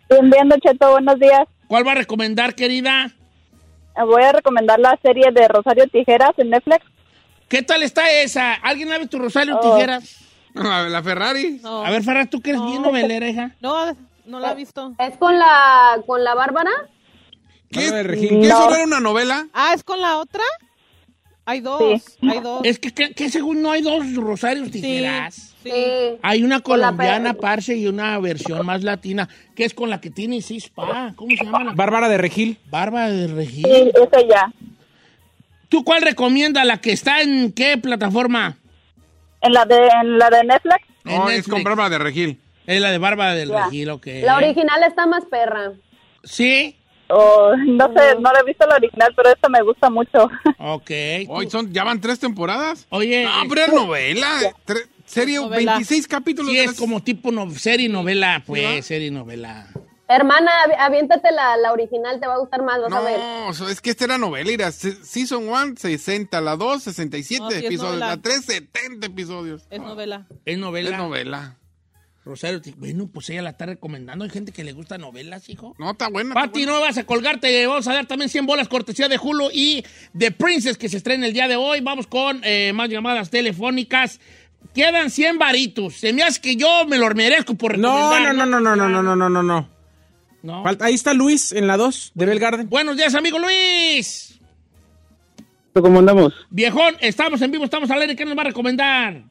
[SPEAKER 12] Bien, bien, Don Cheto, buenos días.
[SPEAKER 1] ¿Cuál va a recomendar, querida?
[SPEAKER 12] Voy a recomendar la serie de Rosario Tijeras en Netflix.
[SPEAKER 1] ¿Qué tal está esa? ¿Alguien ha visto Rosario
[SPEAKER 12] Oh.
[SPEAKER 1] Tijeras?
[SPEAKER 3] La Ferrari.
[SPEAKER 9] No.
[SPEAKER 1] A ver, Ferrari, ¿tú que eres bien novelera, hija?
[SPEAKER 9] No, no la he visto.
[SPEAKER 2] ¿Es con la, con la Bárbara?
[SPEAKER 3] ¿Qué,
[SPEAKER 9] Regil.
[SPEAKER 3] ¿qué, eso
[SPEAKER 9] No.
[SPEAKER 3] no era una novela?
[SPEAKER 9] Ah, ¿es con la otra? Hay dos, hay dos.
[SPEAKER 1] Es que, que- que según no hay dos Rosarios Tijeras.
[SPEAKER 2] Sí.
[SPEAKER 1] Hay una
[SPEAKER 9] Con la
[SPEAKER 1] colombiana,
[SPEAKER 9] pe-
[SPEAKER 1] parce, y una versión más latina, que es con la que tiene Cispa. ¿Cómo se llama? la-
[SPEAKER 4] Bárbara de Regil.
[SPEAKER 1] Bárbara de Regil.
[SPEAKER 12] Sí, esa ya.
[SPEAKER 1] ¿Tú cuál recomiendas? ¿La que está en qué plataforma?
[SPEAKER 12] En la de, en la de Netflix.
[SPEAKER 3] No, es con Bárbara de Regil.
[SPEAKER 1] Es la de Bárbara del
[SPEAKER 2] Ya.
[SPEAKER 1] Regil, ok.
[SPEAKER 2] La original está más perra.
[SPEAKER 1] ¿Sí?
[SPEAKER 12] o no sé, no la he visto la original, pero esta me gusta mucho.
[SPEAKER 1] Ok.
[SPEAKER 3] Hoy son, ¿Ya van tres temporadas?
[SPEAKER 1] Oye.
[SPEAKER 3] No, pero es novela. Tre- serie, 26 capítulos.
[SPEAKER 1] Sí, es como tipo no- serie y novela, pues, serie y novela.
[SPEAKER 2] Hermana, avi- aviéntate la, la original, te va a gustar más, vas a ver.
[SPEAKER 3] No, o sea, es que esta era novela. Mira, se- Season 1, 60. La 2, 67
[SPEAKER 9] No, sí es
[SPEAKER 3] episodios.
[SPEAKER 9] novela.
[SPEAKER 3] La 3, 70 episodios.
[SPEAKER 9] Es novela.
[SPEAKER 1] Es novela.
[SPEAKER 3] Es novela.
[SPEAKER 1] Rosario, te- bueno, pues ella la está recomendando. Hay gente que le gusta novelas, hijo.
[SPEAKER 3] No, está buena.
[SPEAKER 1] Pati, no vas a colgarte. Vamos a dar también 100 bolas cortesía de Hulu y de Princess que se estrena el día de hoy. Vamos con eh, más llamadas telefónicas. Quedan 100 varitos. Se me hace que yo me lo merezco por
[SPEAKER 4] No, no,
[SPEAKER 1] recomendar.
[SPEAKER 4] no, no, no, no, no, no, no, no, no.
[SPEAKER 1] No.
[SPEAKER 4] Falta- ahí está Luis en la 2 de Belgarden.
[SPEAKER 1] Buenos días, amigo Luis.
[SPEAKER 13] ¿Cómo andamos?
[SPEAKER 1] Viejón, estamos en vivo, estamos al aire. ¿Qué nos va a recomendar?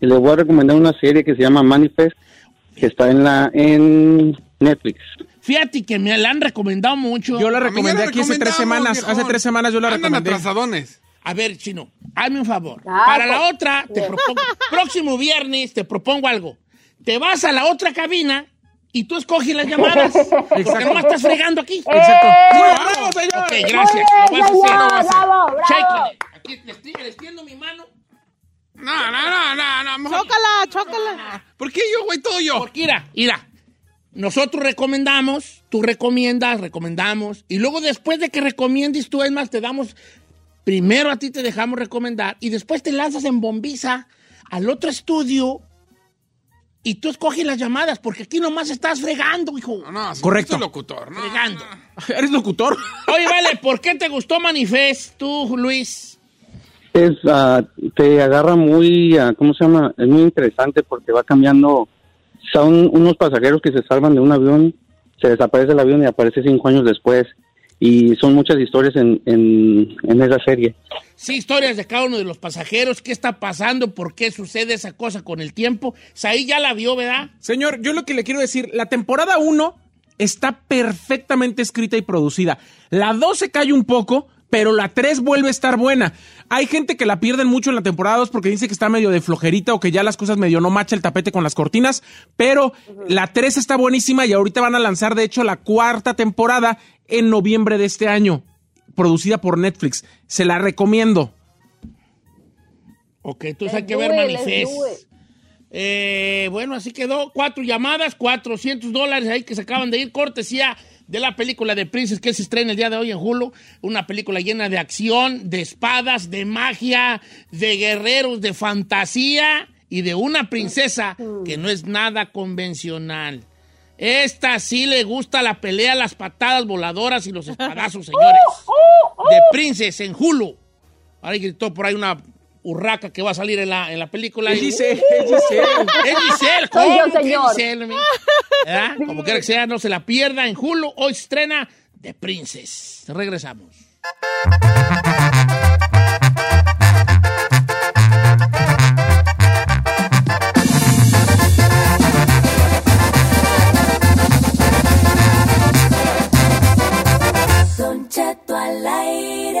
[SPEAKER 13] Y les voy a recomendar una serie que se llama Manifest, que está en la en Netflix.
[SPEAKER 1] Fíjate que me la han recomendado mucho.
[SPEAKER 4] Yo la recomendé aquí hace tres semanas. Hace tres semanas yo la recomendé.
[SPEAKER 1] A ver, Chino, hazme un favor.
[SPEAKER 4] Ah,
[SPEAKER 1] Para
[SPEAKER 4] pues.
[SPEAKER 1] la otra, te propongo, próximo viernes te propongo algo. Te vas a la otra cabina y tú escoges las llamadas. Porque
[SPEAKER 4] Exacto.
[SPEAKER 1] no estás fregando aquí.
[SPEAKER 4] Exacto.
[SPEAKER 1] ¡Eh!
[SPEAKER 4] ¡Sí, bravo, señor!
[SPEAKER 1] Ok, gracias.
[SPEAKER 4] Muy bien,
[SPEAKER 1] Lo vas a hacer, lo vas a hacer.
[SPEAKER 4] bravo, bravo.
[SPEAKER 1] Chécale. Aquí le estoy- le extiendo mi mano.
[SPEAKER 3] No, no, no, no, no. mejor-
[SPEAKER 9] Chócala, chócala.
[SPEAKER 3] ¿Por qué yo, güey? Todo yo.
[SPEAKER 1] Porque mira, mira, nosotros recomendamos, tú recomiendas, recomendamos, y luego después de que recomiendes tú, es más, te damos, primero a ti te dejamos recomendar, y después te lanzas en bombiza al otro estudio y tú escoges las llamadas, porque aquí nomás estás fregando, hijo.
[SPEAKER 3] No,
[SPEAKER 4] Correcto. soy
[SPEAKER 3] locutor, ¿no?
[SPEAKER 1] Fregando.
[SPEAKER 4] ¿Eres locutor?
[SPEAKER 1] Oye, vale, ¿por qué te gustó Manifest tú, Luis?
[SPEAKER 13] Es, ah, te agarra muy, ah, ¿cómo se llama? Es muy interesante porque va cambiando. Son unos pasajeros que se salvan de un avión, se desaparece el avión y aparece cinco años después. Y son muchas historias en, en, en esa serie.
[SPEAKER 1] Sí, historias de cada uno de los pasajeros, qué está pasando, por qué sucede esa cosa con el tiempo. Saí ya la vio, ¿verdad?
[SPEAKER 4] Señor, yo lo que le quiero decir, la temporada 1 está perfectamente escrita y producida. La 2 se cae un poco, pero la 3 vuelve a estar buena. Hay gente que la pierden mucho en la temporada 2 porque dice que está medio de flojerita o que ya las cosas medio no macha el tapete con las cortinas, pero la 3 está buenísima y ahorita van a lanzar de hecho la cuarta temporada en noviembre de este año, producida por Netflix. Se la recomiendo.
[SPEAKER 1] Ok, entonces hay
[SPEAKER 4] Let's
[SPEAKER 1] que
[SPEAKER 4] do
[SPEAKER 1] ver
[SPEAKER 4] it,
[SPEAKER 1] manifest.
[SPEAKER 4] let's
[SPEAKER 1] Eh, bueno, así quedó. Cuatro llamadas, 400 dólares ahí que se acaban de ir. Cortesía de la película de Princess que se estrena el día de hoy en Hulu. Una película llena de acción, de espadas, de magia, de guerreros, de fantasía y de una princesa que no es nada convencional. Esta sí le gusta la pelea, las patadas voladoras y los espadazos, señores.
[SPEAKER 4] Oh,
[SPEAKER 1] De Princess en Hulu. Ahí gritó por ahí una urraca que va a salir en la, en la película.
[SPEAKER 4] Es
[SPEAKER 1] Y-
[SPEAKER 4] Giselle, es Giselle.
[SPEAKER 1] Es Giselle,
[SPEAKER 4] Soy yo,
[SPEAKER 1] ¿cómo que
[SPEAKER 4] señor.
[SPEAKER 1] Giselle, mi? ¿Verdad? Como quiera que sea, no se la pierda. En Hulu hoy se estrena The Princess. Regresamos.
[SPEAKER 6] Don Cheto al aire.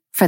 [SPEAKER 14] for